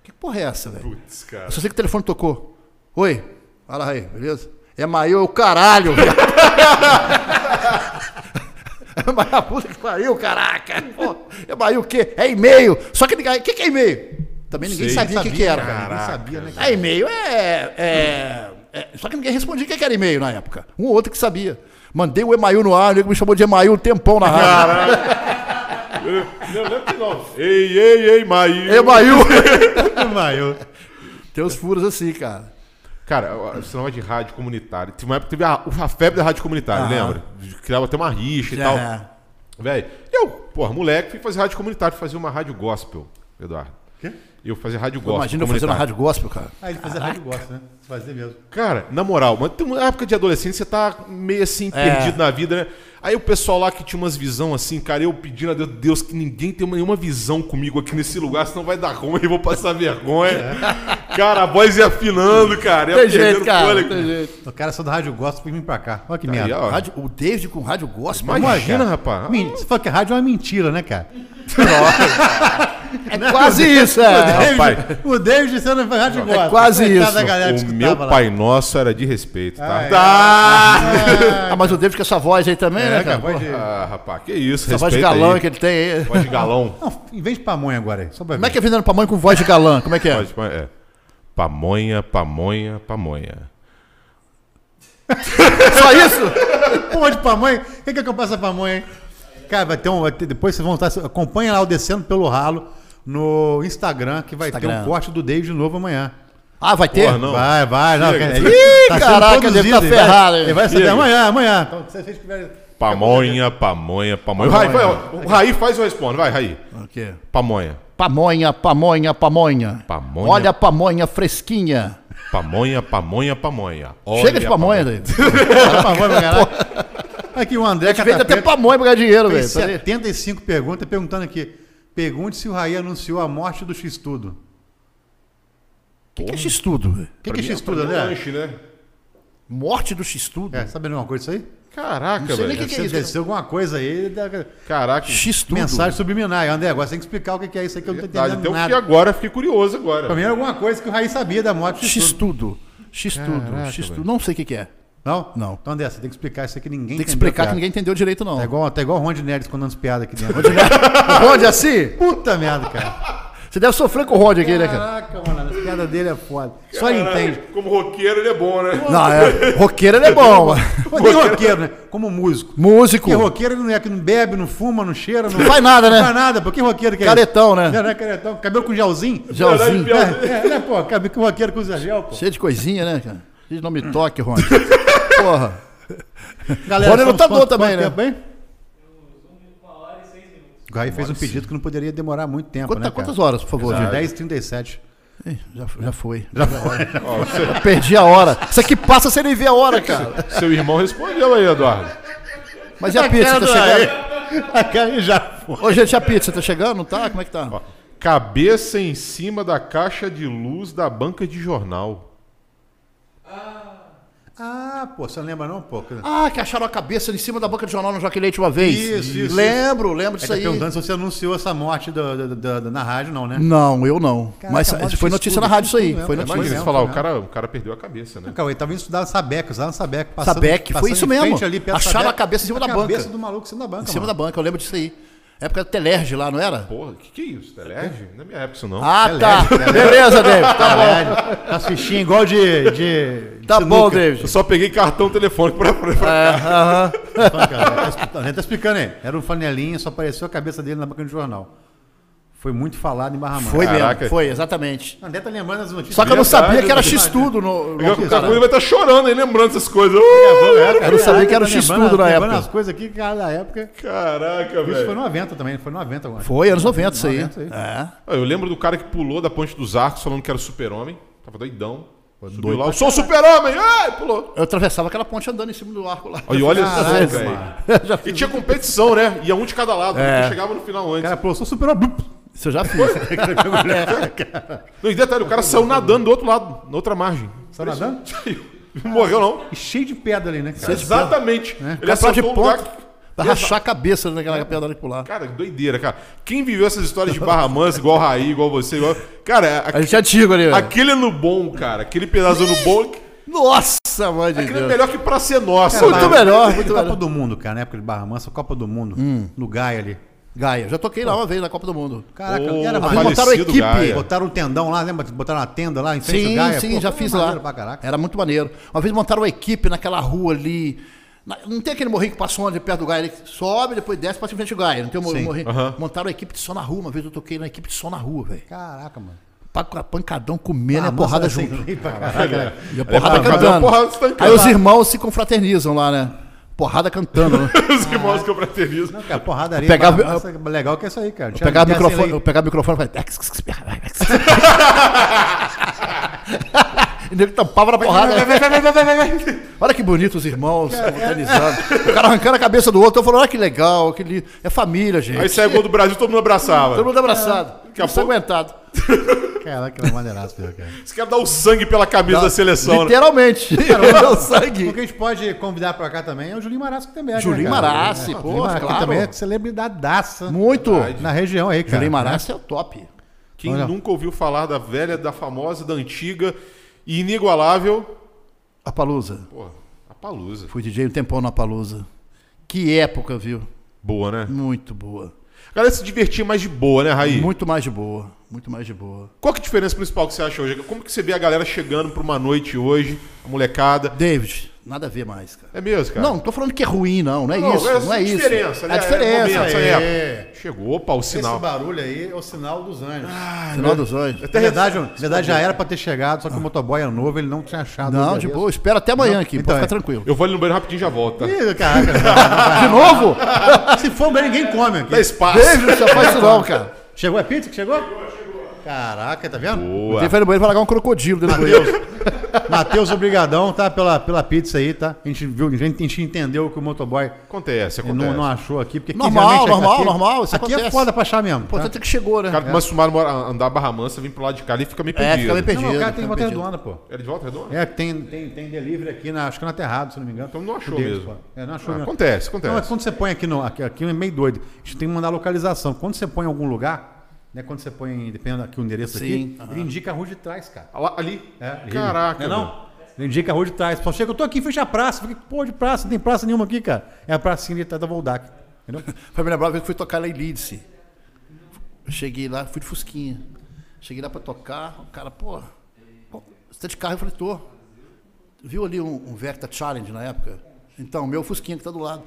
Que porra é essa, velho? Putz, cara. Eu Só sei que o telefone tocou. Oi, fala aí, beleza? Email é o caralho, velho. Mas a puta que pariu, caraca. Pô, Email o quê? É e-mail. Só que ninguém... O que que é e-mail? Também ninguém Sei, sabia o que, sabia, que era. cara. Cara. Ninguém Caraca, sabia, né? É, e-mail é, é- é- Só que ninguém respondia o que que era e-mail na época. Um ou outro que sabia. Mandei o e-mail no ar, o nego me chamou de e-mail um tempão na rádio. Não, lembro que não. Ei, ei, ei, Maí. E-mail. Vai, eu- Tem uns furos assim, cara. Cara, esse negócio de rádio comunitária. Teve uma época que teve a, a febre da rádio comunitária, Aham. lembra? Criava até uma rixa e tal. É. Velho, eu, porra, moleque, fui fazer rádio comunitário, fazia uma rádio gospel, Eduardo. Quê? Eu fazia rádio gospel. Imagina eu fazer uma comunitário. rádio gospel, cara. Ah, ele fazia rádio gosta, né? Fazia mesmo. Cara, na moral, mas tem uma época de adolescência, você tá meio assim, É. perdido na vida, né? Aí o pessoal lá que tinha umas visão assim, cara, eu pedindo a Deus, Deus que ninguém tenha nenhuma visão comigo aqui nesse lugar, senão vai dar ruim, eu vou passar vergonha. Cara, a voz ia afinando, cara. Ia É. Tem jeito, perdendo cara. um fôlego. Tem jeito. O cara só do rádio gosta pra vir pra cá. Olha que Tá Aí, merda. ó, Rádio- o David com rádio gospel. Imagina, rapaz. Men- Você falou que rádio é uma mentira, né, cara? É quase isso, é. Rapaz. é O David sendo rádio gosta. quase Coitada isso. da galera que O escutava meu lá. pai nosso era de respeito, tá? Ah, é. tá! Ah, mas o David com essa voz aí também, né, É, cara? cara, pode... Ah, rapaz, que isso, Essa voz de respeita galã aí. que ele tem aí. Voz de galão. Não, invente pamonha agora aí, só pra ver. Como é que é vendendo pra mãe com voz de galã? Como é que é? Voz de- é. Pamonha, pamonha, pamonha. Só isso? Porra de pamonha? Quem quer que eu passe a pamonha, hein? Cara, vai ter um... vai ter- Depois vocês vão estar... Acompanha lá o Descendo Pelo Ralo no Instagram, que vai ter Instagram. um corte do David de novo amanhã. Ah, vai ter? Porra, não. Vai, vai. Não, Chega. cara, Ih, sendo caraca, produzido, deve tá ele vai- ferrado, hein? Ele vai saber Chega. amanhã, amanhã. Então, se vocês tiverem... Pamonha, pamonha, pamonha. O Raí, vai, o Raí faz ou responde, vai, Raí. O quê? Pamonha. Pamonha, pamonha, pamonha. Pamonha. Olha a pamonha fresquinha. Pamonha, pamonha, pamonha. Olha Chega de a pamonha, David. pamonha pra caralho. Aqui o André Vende até Catapeta- pamonha pra ganhar dinheiro, Fez velho. Tá ali? 75 perguntas perguntando aqui. Pergunte se o Raí anunciou a morte do X-Tudo. O que, que é X-Tudo? velho? O que, que é mim- X-Tudo, pra mim é um André? lanche, né? Morte do X-Tudo? É, sabe alguma coisa disso aí? Caraca, Não sei nem velho. o que, que é Deve isso. ser alguma coisa aí, da... Caraca. X tudo. mensagem subliminar. André, agora você tem que explicar o que que é isso aí que eu não tô Verdade, então, entendendo até eu fiquei nada. agora, fiquei curioso agora. Pra mim era alguma coisa que o Raí sabia da moto. X tudo. X tudo. Caraca, X tudo. velho. Não sei o que, que é. Não? Não. Então, André, você tem que explicar isso aqui ninguém Tem que entendeu a explicar piada. que ninguém entendeu direito, não. Tá igual, tá igual o Ron de Neres quando as piadas aqui dentro. Rod, assim? Puta merda, cara. Você deve sofrer com o Rod aqui, né, cara? Caraca, mano, as piadas dele é foda. Só ele entende. Como roqueiro, ele é bom, né? Não, é. Roqueiro ele é bom, mano. Mas nem roqueiro, né? Como músico. Músico. Porque roqueiro ele não é que não bebe, não fuma, não cheira, não, Não faz nada, né? Não faz nada, porque roqueiro que é Caretão, isso? né? Não é caretão. Cabelo com gelzinho. Gelzinho. É, é, né, pô? Cabelo com roqueiro com usa gel, pô. Cheio de coisinha, né, cara? Cheio de não me toque, Rony. Porra. Galera, Rony é somos lutador quanto- também, quanto né? tempo, hein? O Raí fez um pedido que não poderia demorar muito tempo, Quanta- né, cara? quantas horas, por favor, Hoje, gente? 10h37. Ih, Já, já foi. Já Perdi a hora. Isso aqui passa sem nem ver a hora, cara. Seu irmão respondeu aí, Eduardo. Mas e a pizza? Tá chegando? A Tá cara já foi. Ô, gente, e a pizza? Tá chegando? Não tá? Como é que tá? Ó, cabeça em cima da caixa de luz da banca de jornal. Ah, pô, você não lembra não, pô? tá Ah, que acharam a cabeça em cima da banca de jornal no Joaquim Leite uma vez. Isso, isso, Lembro, lembro disso Aí aí. tá perguntando se você anunciou essa morte da- da- da- da- na rádio, não, né? Não, eu não. Mas acabou de foi fiz notícia tudo, na rádio isso fiz aí. tudo, Foi né? notícia. Imagina, mesmo, você falar, né? o cara, o cara perdeu a cabeça, né? Cauê, tava indo estudar Sabec, usava Sabec. Sabec, foi isso em frente mesmo. pela Acharam a cabeça em cima da A cabeça banca. do maluco em cima da banca, Em cima da mano. banca, eu lembro disso aí. Época da Telerge lá, não era? Porra, que que é isso? Telege? Não é minha época isso não. Ah, Telerge, tá. Telerge. Beleza, David. Tá bom. Caralho, As fichinhas igual de... de Tá de bom, sinuca. Eu David. só peguei cartão telefônico pra... pra, pra- É, A gente tá explicando aí. Era um flanelinha, só apareceu a cabeça dele na banca de jornal. Foi muito falado em Barra Mansa. Foi mesmo, Caraca. né? foi, exatamente. André tá lembrando as notícias. Só que eu não Verdade, sabia que era verdade. X-Tudo no. Daqui a no pouco ele cara. vai estar chorando aí, lembrando essas coisas. Uh, Eu não sabia que era o X-Tudo na época. tá as coisas aqui, cara, da época. Uh, Caraca, Isso foi velho. 90 também, foi 90 agora. Foi, anos 90 isso aí. 90 aí. É. Ah, Eu lembro do cara que pulou da ponte dos arcos falando que era super-homem. Tava doidão. Subiu lá, eu sou o super-homem! Ai, pulou. Eu atravessava aquela ponte andando em cima do arco lá. Aí olha só, Caralho, mano. velho. E tinha competição, né? Ia um de cada lado. porque chegava no final O antes. É. É, cara falou, sou super... Blup. Isso eu já fiz. Não, e detalhe, o cara saiu nadando do outro lado, na outra margem. Saiu nadando? Saiu. Não morreu, não. E cheio de pedra ali, né, cara? Exatamente. É, Ele Ele de acertou um ponta lugar. É. pra rachar a cabeça naquela pedra de pular. Cara, que doideira, cara. Quem viveu essas histórias de Barra Mansa, igual o Raí, igual você, igual. Cara, a- A gente é antigo ali, velho. aquele é no bom, cara. Aquele pedaço é no bom. Nossa, mãe de Aquele é Deus. melhor que pra ser né? nosso. Muito cara. melhor, Foi muito Copa melhor. Hum. do Mundo, cara, na época de Barra Mansa, Copa do Mundo, no Gaia ali. Gaia, já toquei lá uma vez na Copa do Mundo. Caraca, Ô, era Aí maneiro. falecido botaram a equipe. Gaia. Botaram o tendão lá, lembra? Botaram a tenda lá em frente Sim, ao Gaia. sim, Pô, já foi fiz maneiro lá. pra caraca. Era muito maneiro. Uma vez montaram uma equipe naquela rua ali. Na- não tem aquele morrinho que passa onde perto do Gaia, ele sobe, depois desce, passa em frente ao Gaia. Não tem um Sim, morrinho. aham. Montaram a equipe de som na rua. Uma vez eu toquei na equipe de som na rua, velho. Caraca, mano. Pa- com a Pancadão comendo e a é Barra porrada Mansa era junto. Ah, assim, pra é caraca. né? E a porrada Pancadão, cantando. porrada estancada. Aí os irmãos se confraternizam lá, né? Porrada cantando, né? Os irmãos que eu fraternizo. tá- Não, cara, porradaria. Eu pegava- Barra Mansa, legal que assim, é isso aí, cara. Eu pegava o Tinha- microfone, eu tinha- pegava o microfone e falei. E o nego tampava na porrada. Olha que bonito os irmãos se organizando. O cara arrancando a cabeça do outro. Eu falando, olha que legal. Que li... É família, gente. Aí sai gol do Brasil, todo mundo abraçava. Todo mundo abraçado. é a pouco- Ensanguentado. Caraca, era maneiraço, mesmo, cara. Esse cara dá o sangue pela camisa da seleção, né? Literalmente. Perdeu o sangue. O que a gente pode convidar pra cá também é o Julinho Marasco também. Julinho né, cara? Marassi, É, pô, Julinho Marassi, que claro. também é celebridadaça Muito. na região aí, né? cara. Julinho Marassi é o top. Quem Olha. nunca ouviu falar da velha, da famosa, da antiga e inigualável. A Palusa. Pô, a palusa. Fui DJ um tempão na Palusa. Que época, viu? Boa, né? Muito boa. A galera se divertia mais de boa, né, Raí? Muito mais de boa. Muito mais de boa. Qual que é a diferença principal que você acha hoje? Como que você vê a galera chegando pra uma noite hoje, a molecada? David, nada a ver mais, cara. É mesmo, cara? Não, não tô falando que é ruim, não. Não é Não, isso. é Não é isso. diferença, né? A É diferença. momento, é. é. É. Chegou, opa, o Esse sinal. barulho aí é o sinal dos anjos. Final dos olhos. Na verdade, na verdade já era pra ter chegado, só que o motoboy é novo, ele não tinha achado. o Não, de endereço. boa. Espera até amanhã aqui. Então, pode ficar é. tranquilo. Eu vou ali no banheiro rapidinho e já volto, tá? Ih, caraca. De novo? Se for bem, ninguém come aqui. Dá espaço. David, não faz isso não, cara. Chegou a pizza que chegou? Chegou, chegou. Caraca, tá vendo? Boa. Tem que ir no banheiro pra largar um crocodilo dentro do banheiro. Matheus, Matheus, obrigadão, tá? Pela, pela pizza aí, tá? A gente viu, a gente, a gente entendeu que o motoboy Acontece, acontece. não, não achou aqui. Porque Normal, aqui realmente normal, aqui, normal, isso aqui é acontece. foda pra achar mesmo. O tá? importante é que chegou, né? O cara mais acostumado a morar- andar Barra Mansa, vem pro lado de cá e fica meio perdido. é, fica meio perdido. Não, não, o cara fica tem meio volta perdido. redonda, pô. É de volta redonda? É, tem, tem, tem delivery aqui, na, acho que é na Terrado, se não me engano. Então não achou mesmo. pô. É, não achou Ah, mesmo. acontece, Não, é- mas acontece. quando você põe aqui, no, aqui, aqui é meio doido. A gente tem que mandar a localização. Quando você põe em algum lugar, né? Quando você põe, dependendo aqui o endereço Sim, aqui, ele indica a rua de trás, cara. Ah, Lá- ali. É, Caraca. Não, é velho. não? Ele indica a rua de trás. Só chega, eu tô aqui, fecha a praça. Fica, pô, de praça, não tem praça nenhuma aqui, cara. É a pracinha de trás da Voldac. Entendeu? Pra me lembrar, uma vez que eu fui tocar lá em Lídice. Cheguei lá, fui de Fusquinha. Cheguei lá pra tocar, o cara, pô, pô, você tá de carro? Eu falei, tô. Viu ali um, um Verta Challenge na época? Então, o meu Fusquinha que tá do lado.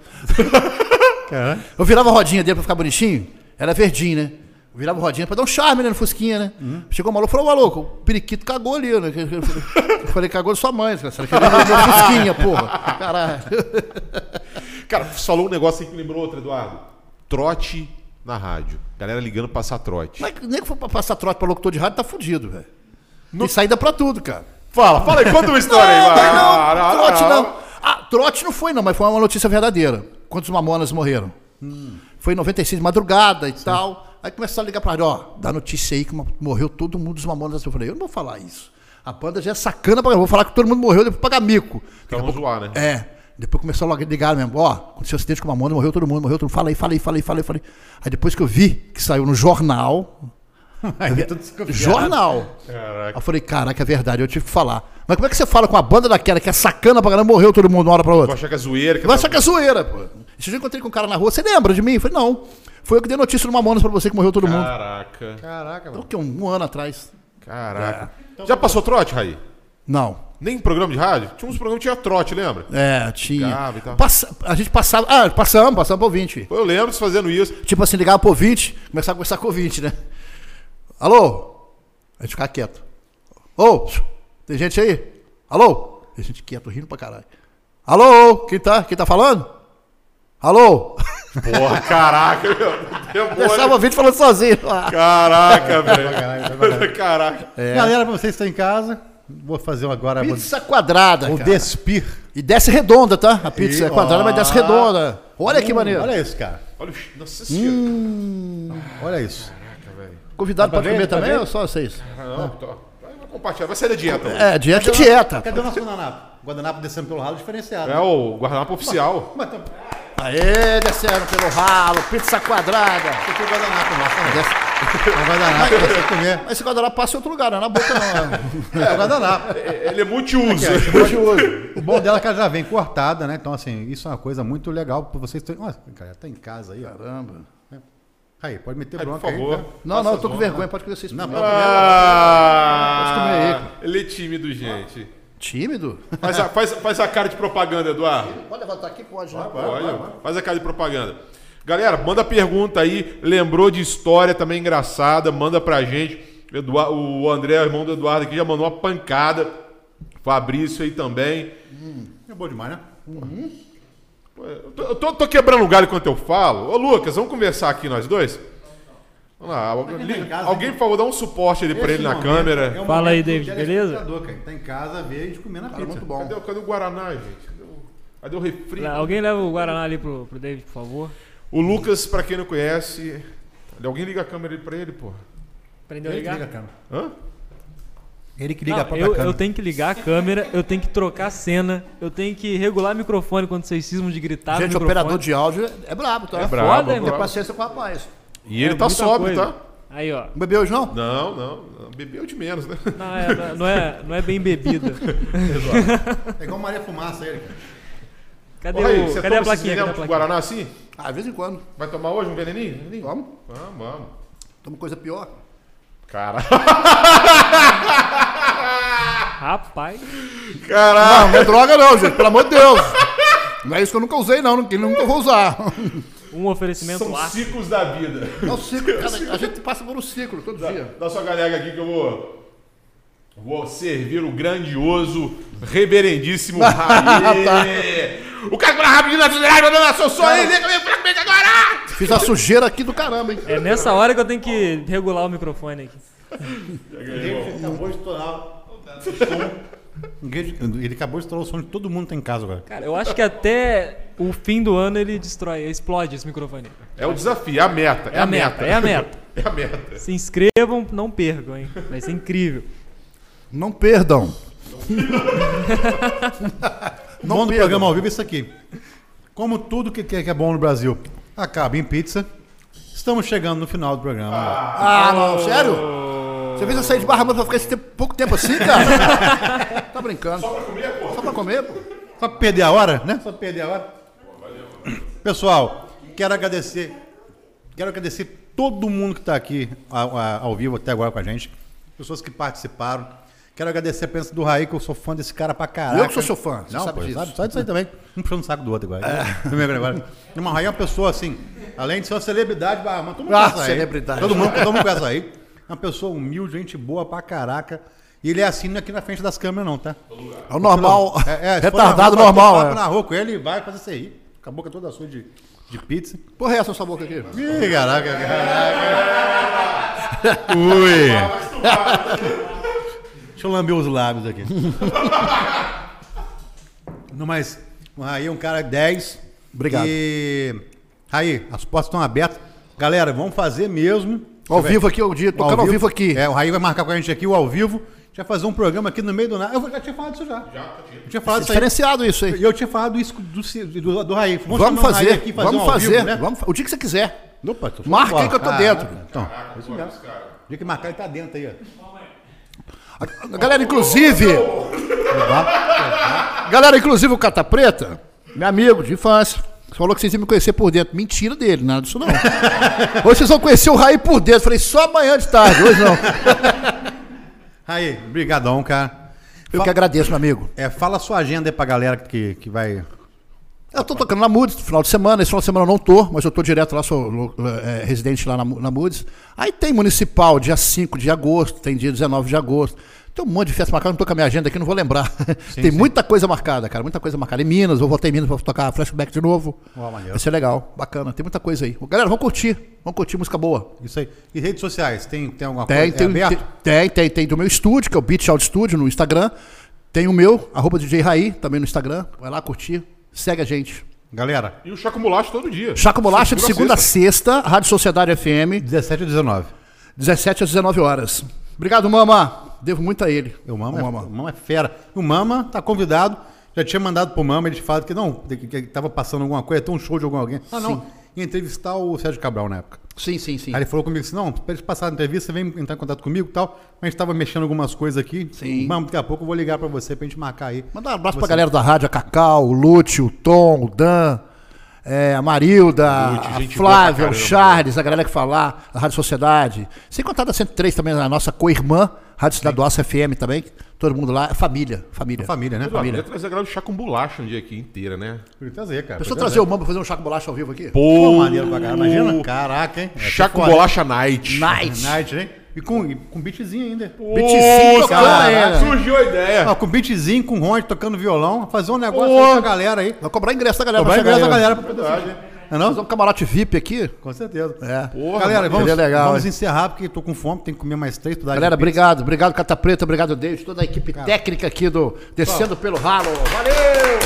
Caralho. Eu virava a rodinha dele pra ficar bonitinho, era verdinho, né? Eu virava a rodinha pra dar um charme né, no Fusquinha, né? Chegou o maluco e falou, "Ô, maluco, o periquito cagou ali, né? Eu falei, cagou na sua mãe, cara. Será que ele meu Fusquinha, porra? Caralho. Cara, você falou um negócio aí que me lembrou outro, Eduardo. Trote na rádio. Galera ligando pra passar trote. Mas nem que for pra passar trote pra locutor de rádio, tá fudido, velho. No- Tem saída pra tudo, cara. Fala, fala aí, conta uma história aí. Não, vai. não, Ah, trote não. Ah, trote não foi não, mas foi uma notícia verdadeira. Quantos mamonas morreram? Hum. Foi em 96 de madrugada e tal. Aí começaram a ligar pra rádio, ó, dá notícia aí que ma- morreu todo mundo dos mamonas. Eu falei, eu não vou falar isso. A banda já é sacana, pra- eu vou falar que todo mundo morreu, depois pagar mico. Então vamos zoar, né? É. Depois começou logo a ligar mesmo. Ó, aconteceu um acidente com uma mona, morreu todo mundo, morreu todo mundo. Falei, falei, falei, falei, falei. Aí depois que eu vi que saiu no jornal. Aí é tudo desconfiado. jornal. Aí Caraca. eu falei, caraca, é verdade, eu tive que falar. Mas como é que você fala com a banda daquela que é sacana pra caramba, morreu todo mundo de uma hora pra Vai outra? achar que é zoeira. Que Vai tá- achar que é zoeira, pô. Esse dia eu encontrei com um cara na rua, você lembra de mim? Eu falei, não. Foi eu que dei notícia numa Mamonas pra você que morreu todo mundo. Ah. Caraca. Caraca, Então, mano. que um, um ano atrás. Caraca. Já passou trote, Raí? Não. Nem programa de rádio? Tinha uns programas que tinha trote, lembra? É, tinha. Ligava e tal. Passa- a gente passava. Ah, passamos, passamos pro ouvinte. Pô, Eu lembro vocês fazendo isso. Tipo assim, ligava pro ouvinte, começava a conversar com o ouvinte, né? Alô? A gente ficava quieto. Ô, tem gente aí? Alô? A gente quieto, rindo pra caralho. Alô? Quem tá, quem tá falando? Alô? Porra, caraca, meu. Demônio. Deixava o ouvinte falando sozinho. É, Ah, Caraca, Vai pra caralho, vai velho. Caraca. Galera, pra vocês que estão em casa, vou fazer um agora. Vou, Pizza quadrada, vou cara. despir. E desce redonda, tá? A pizza E- é quadrada, mas desce Ah. redonda. Olha que Hum, maneiro. Olha isso, cara. Olha o. Nossa senhora. Olha isso. Convidado Dá pra pode comer ver? Dá pra também ver? ou só vocês? Não, tô- Vai vai compartilhar, vai sair da dieta. hoje. É, dieta e dieta. Cadê o nosso guardanapo? Guardanapo descendo pelo ralo diferenciado. É o guardanapo oficial. Mas tem Aê, desceram pelo ralo, pizza quadrada. tem guardanapo nosso. né? Desce. É um guardanapo pra você comer. Mas esse guardanapo passa em outro lugar, não é na boca não. É um guardanapo. É- Ele é multiuso. O bom dela é que ela já vem cortada, né? Então, assim, isso é uma coisa muito legal pra vocês. terem- Nossa, cara, tá em casa aí, ó. Caramba. Aí, pode meter Aí, Por bronca aí. favor. tá? Não, não, eu Passa tô com as vergonha, né? pode comer vocês Não, primeiro. Pode comer aí, Ah, ele é tímido, gente. Tímido? Faz a, faz, faz a cara de propaganda, Eduardo. Pode levantar aqui, pode. né? Olha, faz a cara de propaganda. Galera, manda pergunta aí. Lembrou de história também engraçada? Manda pra gente. Eduar- o André, irmão do Eduardo aqui, já mandou uma pancada. Fabrício aí também. Uhum. É bom demais, né? Pô, Eu tô, eu tô- tô quebrando o galho enquanto eu falo. Ô, Lucas, vamos conversar aqui nós dois? Vamos lá. Alguém, quem tá em casa, alguém, por favor, dá um suporte ali pra ele Esse na momento câmera. Ah, é o Fala aí, momento do David, telespectador, cara. Tá em casa, vê a gente comendo a pizza. muito bom. Cadê, o- cadê o Guaraná, gente? Cadê o, cadê o refri? Lá, Alguém leva o Guaraná ali pro, pro David, por favor. O Lucas, pra quem não conhece. Alguém liga a câmera aí pra ele, pô. Aprendeu a Ele que ligar? liga a câmera. Hã? Ele que liga a Não, própria eu, câmera. eu tenho que ligar a câmera, eu tenho que trocar a cena, eu tenho que regular o microfone quando vocês cismam de gritar. Gente, no microfone. operador de áudio é- é brabo, tá? É brabo, hein, brabo. Tem paciência com o rapaz. E ele É tá muita sóbrio, coisa. tá? Aí, ó. Não bebeu hoje, não? Não, não. não, Bebeu de menos, né? Não é, não é- não é, não é bem bebida. É igual Maria Fumaça ele, cara. Cadê, Ô, Raí, o, você cadê a toma esses plaquinha? Cadê venenos a de plaquinha? Guaraná assim? Ah, de vez em quando. Vai tomar hoje um veneninho? Veneninho? Vamos. Vamos, vamos. Toma coisa pior. Caralho. Rapaz. Caralho. Não, não é droga não, gente. Pelo amor de Deus. Não é isso que eu nunca usei, não. Que nunca vou usar. Um oferecimento São lá. ciclos da vida. É um ciclo, cara. A gente passa por um ciclo todo dia. Dá sua galera aqui que eu vou. Vou servir o grandioso, reverendíssimo Raí. O cara que fala é rapidinho na funerária, meu Deus, eu sou só ele, vem comigo agora! Fiz a sujeira aqui do caramba, hein? É nessa hora que eu tenho que regular o microfone aqui. Ele acabou de estourar o som. Ele acabou Um de estourar o som de todo mundo que tá em casa agora. Cara, eu acho que até o fim do ano ele destrói, explode esse microfone. É o desafio, é a meta. É, É a meta, é a meta. É a meta. Se inscrevam, não percam, hein? Vai ser incrível. Não perdam. O bom do programa ao vivo é isso aqui. Como tudo que, que é bom no Brasil acaba em pizza, estamos chegando no final do programa. Ah, não, sério? Você fez eu sair de barra mansa pra ficar esse tempo- pouco tempo assim, cara? tá brincando. Só pra comer, pô. Só pra comer, pô. Só pra perder a hora, né? Só pra perder a hora. Pessoal, quero agradecer. Quero agradecer todo mundo que está aqui ao, a- ao vivo até agora com a gente. Pessoas que participaram. Quero agradecer a presença do Raí, que eu sou fã desse cara pra caralho. Eu que sou seu fã, você Não, sabe pô, disso. É. Sabe, sabe disso aí também. Um puxando o saco do outro agora. Do meu agora. Mas o Raí é uma pessoa assim, além de ser uma celebridade, bah, mas todo mundo Ah, conhece o Raí. celebridade. Todo mundo, todo mundo conhece o Raí. É uma pessoa humilde, gente boa pra caraca. E ele é assim não é aqui na frente das câmeras, não, tá? É o normal. É, é, se for na Retardado rua, bater normal, papo é. na rua com ele e vai fazer isso aí. Com a boca toda sua de, de pizza. Porra, é essa sua boca aqui? Ih, caraca, caraca. Ui. Deixa eu lamber os lábios aqui. Não, mas o Raí é um cara 10. Obrigado. E... Raí, as portas estão abertas. Galera, vamos fazer mesmo. Ao Você vai- vivo aqui, eu dia, tocando ao vivo aqui. É, o Raí vai marcar com a gente aqui, o ao vivo. A gente vai fazer um programa aqui no meio do nada. Eu já tinha falado isso já. Já, eu tinha falado isso aí. Diferenciado isso aí. E eu tinha falado isso do, do, do Raí. Vamos chamar o Raí fazer, aqui e vamos um ao fazer, vivo, né? vamos fa- o dia que você quiser. Opa, tô Marca fora. aí que eu tô Caraca, dentro. Então, é isso mesmo. O dia que marcar, ele tá dentro aí, ó. A, a galera, inclusive, galera, inclusive o Cata Preta, meu amigo de infância, falou que vocês iam me conhecer por dentro. Mentira dele, nada disso não. Hoje vocês vão conhecer o Raí por dentro. Falei, só amanhã de tarde, hoje não. Raí, brigadão, cara. Eu que agradeço, meu amigo. É, fala sua agenda aí pra galera que, que vai... Eu tô tocando na Moods no final de semana, esse final de semana eu não tô, mas eu tô direto lá, sou lo- eh, residente lá na, Mu- na Moods. Aí tem municipal, dia 5 de agosto, tem dia 19 de agosto. Tem um monte de festa marcada, não tô com a minha agenda aqui, não vou lembrar. tem muita coisa marcada, cara, muita coisa marcada. Em Minas, vou voltar em Minas pra tocar flashback de novo. Ó, maneiro. Vai ser legal, bacana, tem muita coisa aí. Ô, Galera, vamos curtir, vamos curtir música boa. Isso aí. E redes sociais, tem, tem alguma Tem, coisa? É tem, tem, aberto? tem, tem, tem do meu estúdio, que é o Beat Out Studio no Instagram. Tem o meu, arroba DJ Raí, também no Instagram. Vai lá curtir, segue a gente. Galera, E o Chaco Mulacho todo dia. Chaco Bolacha de segunda a sexta, Rádio Sociedade FM, 17 e 19. 17 às 19 horas. Obrigado, Mama. Devo muito a ele. O Mama, Ô, é, o Mama é fera. O Mama tá convidado. Já tinha mandado pro Mama, ele falou que não, que, que tava passando alguma coisa, tem um show de algum alguém. Ah, não. Ia entrevistar o Sérgio Cabral na época. Sim, sim, sim. Aí ele falou comigo assim: não, pra eles passarem a entrevista, você vem entrar em contato comigo e tal. Mas a gente tava mexendo algumas coisas aqui. Sim. Mas daqui a pouco eu vou ligar pra você pra gente marcar aí. Mandar um abraço pra galera da rádio, a Cacau, o Lute, o Tom, o Dan, é, a Marilda, Lute, gente boa pra a Flávia, o caramba. Charles, a galera que falar, a Rádio Sociedade. Sem contar da 103 também, a nossa co-irmã, Rádio Cidade do Aço FM também. Todo mundo lá, é família, família. Família, né? Eu Família. ia trazer a galera do Chaco Bulacho um dia aqui inteira, né? Podia trazer, cara. Deixa eu Podia trazer o Mamba pra fazer um chaco bolacha ao vivo aqui. Pô, Pô, maneiro pra caralho. Imagina? É, Caraca, hein? Chaco Essa Bolacha Night. foda. Nice. Night, hein? E com, e com beatzinho ainda. Beatzinho Ô, tocando caraca, ainda. Surgiu a ideia. Ah, com beatzinho, com Ronde tocando violão. Fazer um negócio Pô. aí com a galera aí. Vai cobrar ingresso da galera. Vai pra chegar ingresso da aí, ó. galera pra poder assistir. Não é não? Fazer um camarote VIP aqui. Com certeza. É. Porra, galera, vamos, seria legal, vamos hein? encerrar, porque tô com fome, tenho que comer mais três, estudar Tá Galera, de pizza. obrigado. Obrigado, Cata Preta. Obrigado, David. Toda a equipe técnica aqui do Descendo pelo Ralo. Valeu!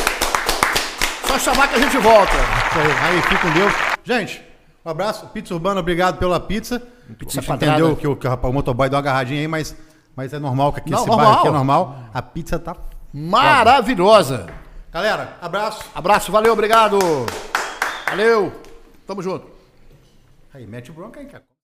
Só chamar que a gente volta. Isso aí, aí, fica com Deus. Gente, um abraço. Pizza Urbana, obrigado pela pizza. Pizza quadrada. entendeu que o, que o rapaz- o motoboy deu uma agarradinha aí, mas, mas é normal que aqui Não, esse normal. bairro aqui é normal. A pizza tá... Maravilhosa. Galera, abraço. Abraço, valeu, obrigado. Valeu. Tamo junto. Aí, mete bronca aí, cara.